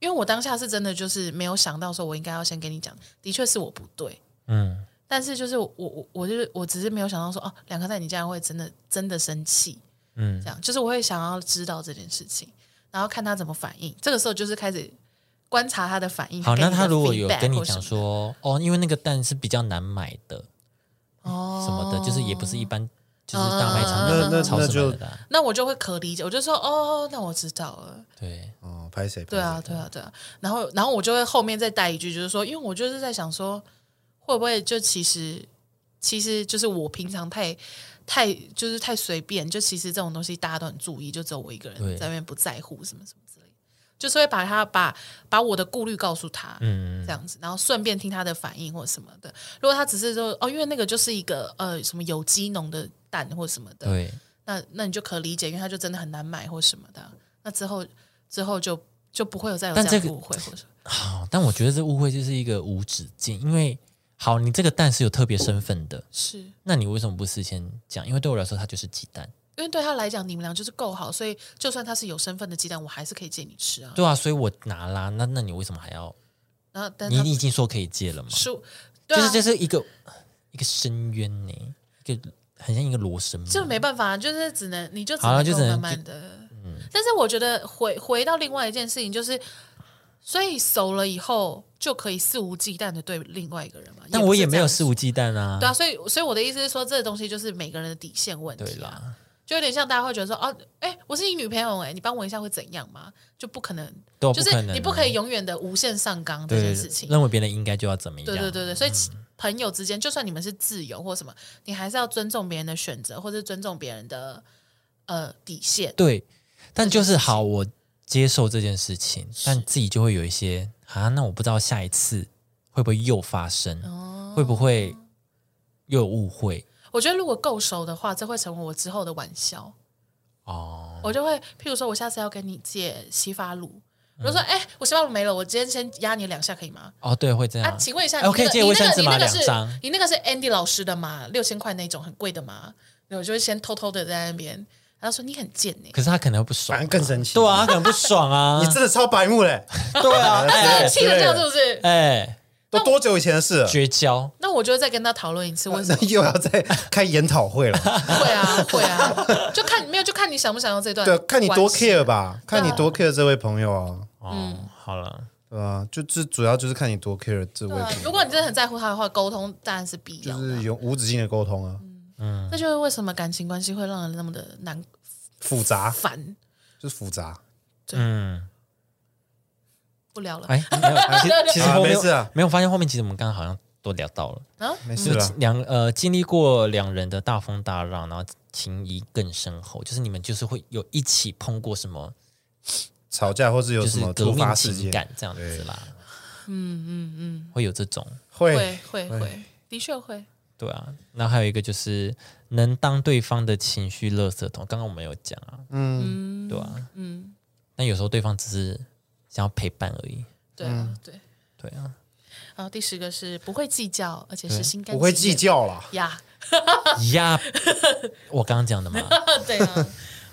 Speaker 2: 因为我当下是真的就是没有想到说我应该要先跟你讲，的确是我不对，
Speaker 1: 嗯，
Speaker 2: 但是就是我我我就是我只是没有想到说哦，两颗蛋你竟然会真的真的生气，
Speaker 1: 嗯
Speaker 2: 这样就是我会想要知道这件事情，然后看他怎么反应，这个时候就是开始观察他的反应。
Speaker 1: 好，
Speaker 2: 给
Speaker 1: 那
Speaker 2: 你
Speaker 1: 他
Speaker 2: 的
Speaker 1: 如果有
Speaker 2: feedback
Speaker 1: 跟你
Speaker 2: 或什
Speaker 1: 讲
Speaker 2: 么
Speaker 1: 说，哦，因为那个蛋是比较难买的
Speaker 2: 哦
Speaker 1: 什么的，就是也不是一般就是大卖场
Speaker 3: 嗯嗯嗯
Speaker 1: 那种
Speaker 3: 那
Speaker 1: 超
Speaker 3: 那
Speaker 1: 市
Speaker 3: 就
Speaker 1: 买的啦，
Speaker 2: 那我就会可理解，我就说哦，那我知道了。
Speaker 1: 对，
Speaker 3: 哦，拍谁？
Speaker 2: 对啊，
Speaker 3: 拍谁，
Speaker 2: 对啊，对啊。然后，然后我就会后面再带一句，就是说，因为我就是在想说，会不会就其实，其实就是我平常太太就是太随便，就其实这种东西大家都很注意，就只有我一个人
Speaker 1: 对
Speaker 2: 在那边不在乎什么什么之类的，就是会把他把把我的顾虑告诉他，
Speaker 1: 嗯，
Speaker 2: 这样子，然后顺便听他的反应或什么的。如果他只是说哦，因为那个就是一个呃什么有机农的蛋或什么的，
Speaker 1: 对，
Speaker 2: 那那你就可理解，因为他就真的很难买或什么的啊。那之后之后就就不会有再有这
Speaker 1: 但
Speaker 2: 样
Speaker 1: 这
Speaker 2: 的
Speaker 1: 个
Speaker 2: 误会或者什么
Speaker 1: 好，但我觉得这误会就是一个无止境，因为好，你这个蛋是有特别身份的，
Speaker 2: 是因
Speaker 1: 那你为什么不事先讲？因为对我来说，它就是鸡蛋，
Speaker 2: 为对他来讲，你们俩就是够好，所以就算他是有身份的鸡蛋，我还是可以借你吃啊。
Speaker 1: 对啊，所以我拿啦，那那你为什么还要？
Speaker 2: 然后但
Speaker 1: 你
Speaker 2: 他
Speaker 1: 你已经说可以借了嘛？
Speaker 2: 输，对
Speaker 1: 就
Speaker 2: 啊，
Speaker 1: 是这是一个一个深渊呢，一个很像一个罗生门，
Speaker 2: 就没办法，啊就是只能你就只
Speaker 1: 好了
Speaker 2: 能
Speaker 1: 就
Speaker 2: 够
Speaker 1: 只能嗯
Speaker 2: 慢慢的。但是我觉得回回到另外一件事情，就是所以熟了以后就可以肆无忌惮的对另外一个人嘛。
Speaker 1: 但我
Speaker 2: 不是
Speaker 1: 也没
Speaker 2: 这
Speaker 1: 有
Speaker 2: 样
Speaker 1: 肆无忌惮啊
Speaker 2: 对，啊，所以所以我的意思是说，这个东西就是每个人的底线问题、啊。
Speaker 1: 对啦，
Speaker 2: 就有点像大家会觉得说，哦、哎，我是你女朋友、哎，你帮我一下会怎样吗？就不可能，
Speaker 1: 都
Speaker 2: 就
Speaker 1: 不
Speaker 2: 是
Speaker 1: 可能啊，
Speaker 2: 你不可以永远的无限上纲这
Speaker 1: 对
Speaker 2: 件事情。
Speaker 1: 认为别人应该就要怎么样，嗯
Speaker 2: 对对对对，所以其朋友之间，就算你们是自由或什么，你还是要尊重别人的选择，或者尊重别人的呃底线。
Speaker 1: 对，但就是好，我接受这件事情，但自己就会有一些啊，那我不知道下一次会不会又发生，
Speaker 2: 哦
Speaker 1: 会不会又有误会
Speaker 2: 我觉得如果够熟的话，这会成为我之后的玩笑。
Speaker 1: 哦？
Speaker 2: 我就会，譬如说，我下次要跟你借洗发乳，我
Speaker 1: 嗯
Speaker 2: 就说，哎、我洗发乳没了，我今天先压你两下，可以吗？
Speaker 1: 哦，对，会这样。
Speaker 2: 啊，请问一下，
Speaker 1: 哎
Speaker 2: 你
Speaker 1: 我可以
Speaker 2: 那个
Speaker 1: 借
Speaker 2: 你
Speaker 1: 卫
Speaker 2: 那个
Speaker 1: 生纸
Speaker 2: 你
Speaker 1: 吗
Speaker 2: 那个
Speaker 1: 两
Speaker 2: 是
Speaker 1: 张
Speaker 2: 你那个是 Andy 老师的吗？六千块那种很贵的吗？然后我就会先偷偷的在那边，然后说你很贱欸呢、
Speaker 1: 可是他可能会不爽
Speaker 3: 反
Speaker 1: 啊、
Speaker 3: 正更生气。
Speaker 1: 对啊，他可能不爽啊
Speaker 3: 你。真的超白目 嘞！
Speaker 1: 对啊，哎
Speaker 2: 欸， 气得这样
Speaker 3: 对
Speaker 2: 是不是？
Speaker 1: 哎，
Speaker 3: 都多久以前的事了？
Speaker 1: 绝交。
Speaker 2: 那我就会再跟他讨论一 次， 为什
Speaker 3: 那
Speaker 2: 么
Speaker 3: 又要再开研讨会 了？
Speaker 2: 会啊会啊？就看没有，就看你想不想要这段
Speaker 3: 对
Speaker 2: 关系，
Speaker 3: 啊，看你多 care 吧，
Speaker 2: 啊
Speaker 3: 看你多 care 这位朋友啊，
Speaker 2: 嗯
Speaker 1: 哦，好了，
Speaker 3: 对啊，就这主要就是看你多 care 这位
Speaker 2: 对啊
Speaker 3: 朋，
Speaker 2: 如
Speaker 3: 友，
Speaker 2: 果你真的很在乎他的话，沟通当然是必
Speaker 3: 就
Speaker 2: 要的
Speaker 3: 是
Speaker 2: 啊。嗯
Speaker 3: 有无止境的沟通啊，
Speaker 2: 这就是为什么感情关系会让人那么的难
Speaker 3: 复杂
Speaker 2: 烦。
Speaker 3: 就是复杂。
Speaker 1: 嗯，
Speaker 2: 不聊了，
Speaker 1: 哎，没有，其实其实
Speaker 3: 啊
Speaker 1: 后面
Speaker 3: 没事啊，
Speaker 1: 没有我发现后面，其实我们刚刚好像都聊到了。
Speaker 2: 啊，
Speaker 3: 没事了。
Speaker 1: 两呃经历过两人的大风大浪，然后情谊更深厚，就是你们就是会有一起碰过什么，
Speaker 3: 吵架或是有
Speaker 1: 就
Speaker 3: 什
Speaker 1: 是
Speaker 3: 么
Speaker 1: 革
Speaker 3: 突
Speaker 1: 命
Speaker 3: 发事
Speaker 1: 情
Speaker 3: 件，
Speaker 1: 感这样子啦。嗯嗯嗯，会有这种
Speaker 3: 会
Speaker 2: 会会会，的确会。
Speaker 1: 对啊。然后还有一个就是能当对方的情绪垃圾桶，刚刚我们有讲啊，
Speaker 3: 嗯，
Speaker 1: 对啊。
Speaker 2: 嗯，
Speaker 1: 但有时候对方只是想要陪伴而已，
Speaker 2: 对
Speaker 3: 嗯
Speaker 2: 啊，对。
Speaker 1: 对啊。
Speaker 2: 然后第十个是不会计较，而且是心甘
Speaker 3: 不会
Speaker 2: 情
Speaker 3: 计
Speaker 2: 愿
Speaker 3: 较啦。
Speaker 2: 呀。啊
Speaker 1: 呀，我刚刚讲的 嘛，
Speaker 2: 对啊，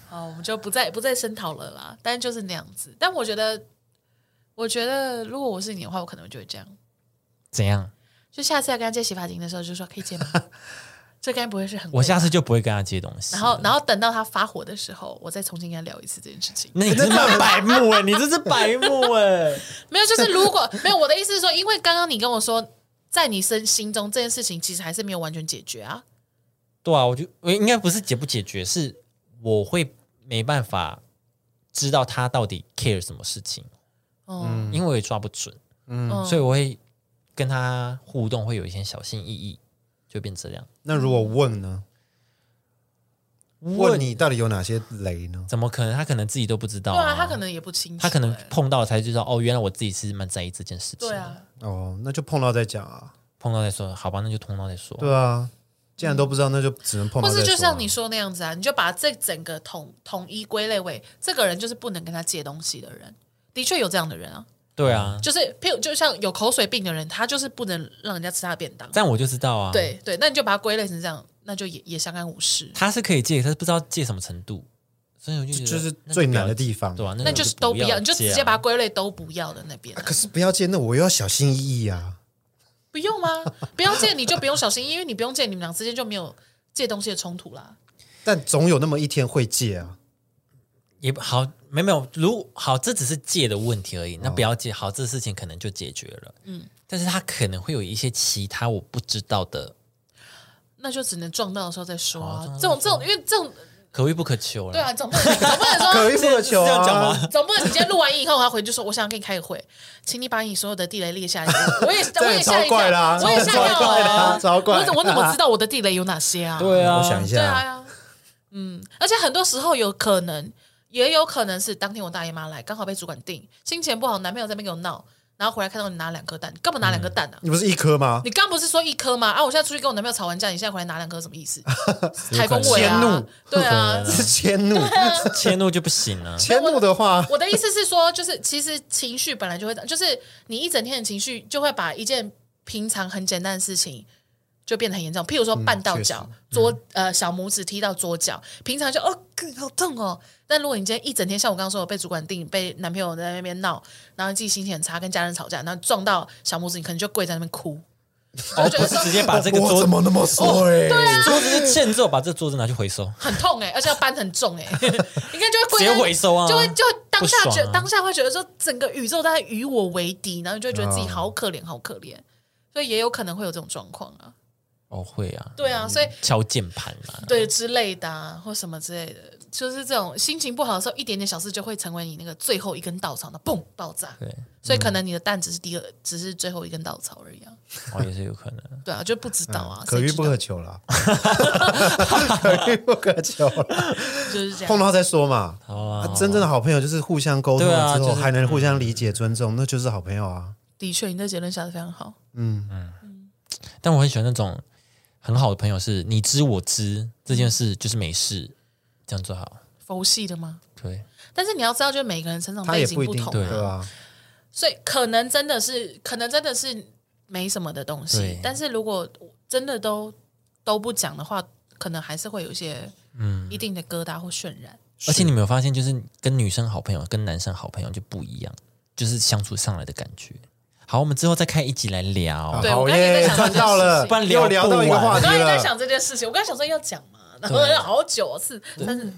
Speaker 2: 好，我们就不再不再声讨了啦。但就是那样子。但我觉得，我觉得如果我是你的话，我可能就会这样。
Speaker 1: 怎样？
Speaker 2: 就下次要跟他借洗发精的时候，就说可以借吗？这该不会是很贵
Speaker 1: 我下
Speaker 2: 吧
Speaker 1: 次就不会跟他借东西了。
Speaker 2: 然后然后等到他发火的时候，我再重新跟他聊一次这件事情。
Speaker 1: 那你真 的白目哎、你这是白目哎、
Speaker 2: 没有，就是如果没有我的意思是说，因为刚刚你跟我说，在你身心中这件事情其实还是没有完全解决啊。
Speaker 1: 对啊，我就我应该不是解不解决，是我会没办法知道他到底 care 什么事情，
Speaker 2: 嗯，
Speaker 1: 因为我也抓不准，
Speaker 2: 嗯
Speaker 1: 所以我会跟他互动会有一些小心翼翼，就变这样。
Speaker 3: 那如果问呢？问你到底有哪些雷呢？
Speaker 1: 怎么可能？他可能自己都不知道、
Speaker 2: 对啊，他可能也不清楚、
Speaker 1: 他可能
Speaker 2: 欸
Speaker 1: 碰到才知道哦，原来我自己是蛮在意这件事情。
Speaker 2: 对，啊，
Speaker 3: 哦，那就碰到再讲啊。
Speaker 1: 碰到再说，好吧，那就碰到再说。
Speaker 3: 对啊，既然都不知道，那就只能碰到
Speaker 2: 或
Speaker 3: 再说
Speaker 2: 是
Speaker 3: 啊。
Speaker 2: 就像你说那样子啊，你就把这整个统统一归类为这个人就是不能跟他借东西的人，的确有这样的人啊，
Speaker 1: 对啊，
Speaker 2: 就是譬如就像有口水病的人，他就是不能让人家吃他的便当。
Speaker 1: 但我就知道啊，，
Speaker 2: 对对，那你就把它归类成这样，那就也也相安无事。
Speaker 1: 他是可以戒，他是不知道戒什么程度，所以我就觉得
Speaker 3: 就是
Speaker 1: 那
Speaker 3: 最
Speaker 1: 不要
Speaker 3: 难的地方
Speaker 1: 对啊，
Speaker 2: 那就是都不要，你就直接把
Speaker 1: 它
Speaker 2: 它归类都不要的那边啊、
Speaker 3: 可是不要见那我又要小心翼翼啊。
Speaker 2: 不用 吗？不要戒你就不用小心，因为你不用戒，你们俩之间就没有戒东西的冲突啦。
Speaker 3: 但总有那么一天会戒啊。
Speaker 1: 也不好，没有没有，如好，这只是戒的问题而已。那不要戒，好，这事情可能就解决了。嗯，但是他可能会有一些其他我不知道的，
Speaker 2: 那就只能撞到的时候再说啊
Speaker 1: 哦。
Speaker 2: 这种这种，因为这种
Speaker 1: 可遇不可求了。
Speaker 2: 对啊，总不能 总不能
Speaker 3: 可
Speaker 2: 说，
Speaker 3: 遇不可求
Speaker 1: 是这样讲
Speaker 3: 啊
Speaker 1: 吗！
Speaker 2: 总不能你今天录完音以后，他回去就说我想要跟你开个会，请你把你所有的地雷列下 来。我也我也
Speaker 3: 也
Speaker 2: 吓
Speaker 3: 超
Speaker 2: 一跳
Speaker 3: 怪啦，，
Speaker 2: 我也吓
Speaker 3: 超
Speaker 2: 一跳
Speaker 3: 怪啦，
Speaker 2: 啊！
Speaker 3: 超怪！
Speaker 2: 我怎我怎么知道我的地雷有哪些啊？
Speaker 1: 对啊，
Speaker 3: 我想一
Speaker 2: 对啊，
Speaker 3: 下，
Speaker 2: 呀嗯，而且很多时候有可能，也有可能是当天我大姨妈来，刚好被主管定，心情不好，男朋友在那边给我闹，然后回来看到你拿两颗蛋，你干嘛拿两颗蛋啊？
Speaker 3: 你不是一颗吗？
Speaker 2: 你刚不是说一颗吗？啊，我现在出去跟我男朋友吵完架，你现在回来拿两颗，什么意 思？台风尾
Speaker 3: 迁
Speaker 2: 啊
Speaker 3: 怒，
Speaker 2: 对啊，
Speaker 3: 是迁怒，
Speaker 1: 迁怒就不行啊 了。
Speaker 3: 迁怒的话，
Speaker 2: 我的意思是说，就是其实情绪本来就会，就是你一整天的情绪就会把一件平常很简单的事情就变得很严重。譬如说绊到脚，左呃小拇指踢到左脚，平常就哦干好痛哦。但如果你今天一整天像我刚刚说的被主管定，被男朋友在那边闹，然后自己心情很差，跟家人吵架，然后撞到小拇指，你可能就跪在那边哭。
Speaker 1: 哦，
Speaker 2: 觉
Speaker 1: 不
Speaker 2: 得
Speaker 1: 是
Speaker 2: 说
Speaker 1: 直接把这个
Speaker 3: 我
Speaker 1: 桌
Speaker 3: 怎么那 么衰？
Speaker 2: 啊
Speaker 1: 桌子是欠之后，把这个桌子拿去回收。
Speaker 2: 很痛哎、而且要搬 很重哎、欸，应该就会跪
Speaker 1: 直
Speaker 2: 在
Speaker 1: 接回收啊
Speaker 2: 就会就会当下
Speaker 1: 不
Speaker 2: 觉、
Speaker 1: 爽啊
Speaker 2: 当下会觉得说整个宇宙都在与我为敌，然后你就会觉得自
Speaker 1: 啊
Speaker 2: 己好可怜，好可怜，所以也有可能会有这种状况啊，
Speaker 1: 哦，会啊，
Speaker 2: 对啊，所以
Speaker 1: 敲键盘啊，
Speaker 2: 对之类的啊，或什么之类的，就是这种心情不好的时候，一点点小事就会成为你那个最后一根稻草，那嘣爆炸，
Speaker 1: 对，
Speaker 2: 所以可能你的蛋只是第二，只是最后一根稻草而已啊，
Speaker 1: 哦，也是有可能。
Speaker 2: 对啊，就不知道
Speaker 1: 嗯
Speaker 2: 啊，
Speaker 3: 可
Speaker 2: 谁
Speaker 3: 遇
Speaker 2: 知
Speaker 3: 不
Speaker 2: 道
Speaker 3: 可求 啦，可遇不可求 啦，
Speaker 2: 就是这
Speaker 3: 碰
Speaker 2: 样，
Speaker 3: 到再说嘛。
Speaker 1: 好啊，
Speaker 3: 啊真正的好朋友就是互相沟通
Speaker 1: 对啊
Speaker 3: 了之后，
Speaker 1: 就是
Speaker 3: 还能互相理解、尊重，那就是好朋友啊。
Speaker 2: 的确，你的结论下的非常好，
Speaker 1: 但我很喜欢那种很好的朋友，是你知我知这件事就是没事，这样做好。
Speaker 2: 佛系的吗？
Speaker 1: 对，
Speaker 2: 但是你要知道，就是每个人成长
Speaker 3: 他
Speaker 2: 背
Speaker 3: 也
Speaker 2: 景
Speaker 3: 不一定
Speaker 2: 同、
Speaker 1: 对
Speaker 3: 对啊吧？
Speaker 2: 所以可能真的是，可能真的是没什么的东西
Speaker 1: 对。
Speaker 2: 但是如果真的都都不讲的话，可能还是会有一些嗯一定的疙瘩或渲染。
Speaker 1: 而且你没有发现，就是跟女生好朋友跟男生好朋友就不一样，就是相处上来的感觉。好，我们之后再开一集来聊。
Speaker 2: 对
Speaker 3: 好
Speaker 2: 我刚才也在
Speaker 3: 耶
Speaker 2: 想
Speaker 3: 赚
Speaker 2: 这件
Speaker 3: 到了，
Speaker 2: 事情不
Speaker 1: 然聊
Speaker 3: 又聊到一
Speaker 1: 不
Speaker 3: 个
Speaker 1: 完
Speaker 2: 我
Speaker 3: 话题
Speaker 2: 刚才也在
Speaker 3: 了。
Speaker 2: 想这件事情，我刚才想说要讲嘛，然后好久哦是，但是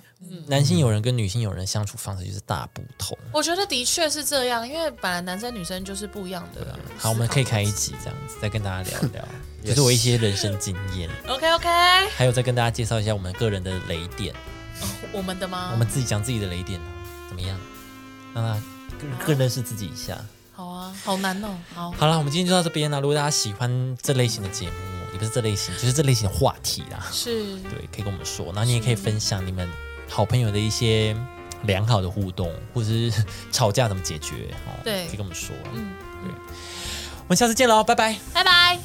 Speaker 1: 男性友人跟女性友人相处方式就是大不同。
Speaker 2: 我觉得的确是这样，因为本来男生女生就是不一样的。
Speaker 1: 啊好，我们可以开一集这样子，再跟大家聊一聊，就是啊我一些人生经验，
Speaker 2: OK OK，
Speaker 1: 还有再跟大家介绍一下我们个人的雷点。
Speaker 2: 我们的吗？
Speaker 1: 我们自己讲自己的雷点，怎么样？让他更更认识自己一下。
Speaker 2: 好啊，好难哦，好。
Speaker 1: 好了，我们今天就到这边了。如果大家喜欢这类型的节目，也不是这类型，就是这类型的话题啦，
Speaker 2: 是，
Speaker 1: 对，可以跟我们说。然后你也可以分享你们好朋友的一些良好的互动，或者是 吵架怎么解决，哦，
Speaker 2: 对
Speaker 1: 可以跟我们说。
Speaker 2: 嗯
Speaker 1: 嗯，对，我们下次见喽，拜拜。
Speaker 2: 拜拜。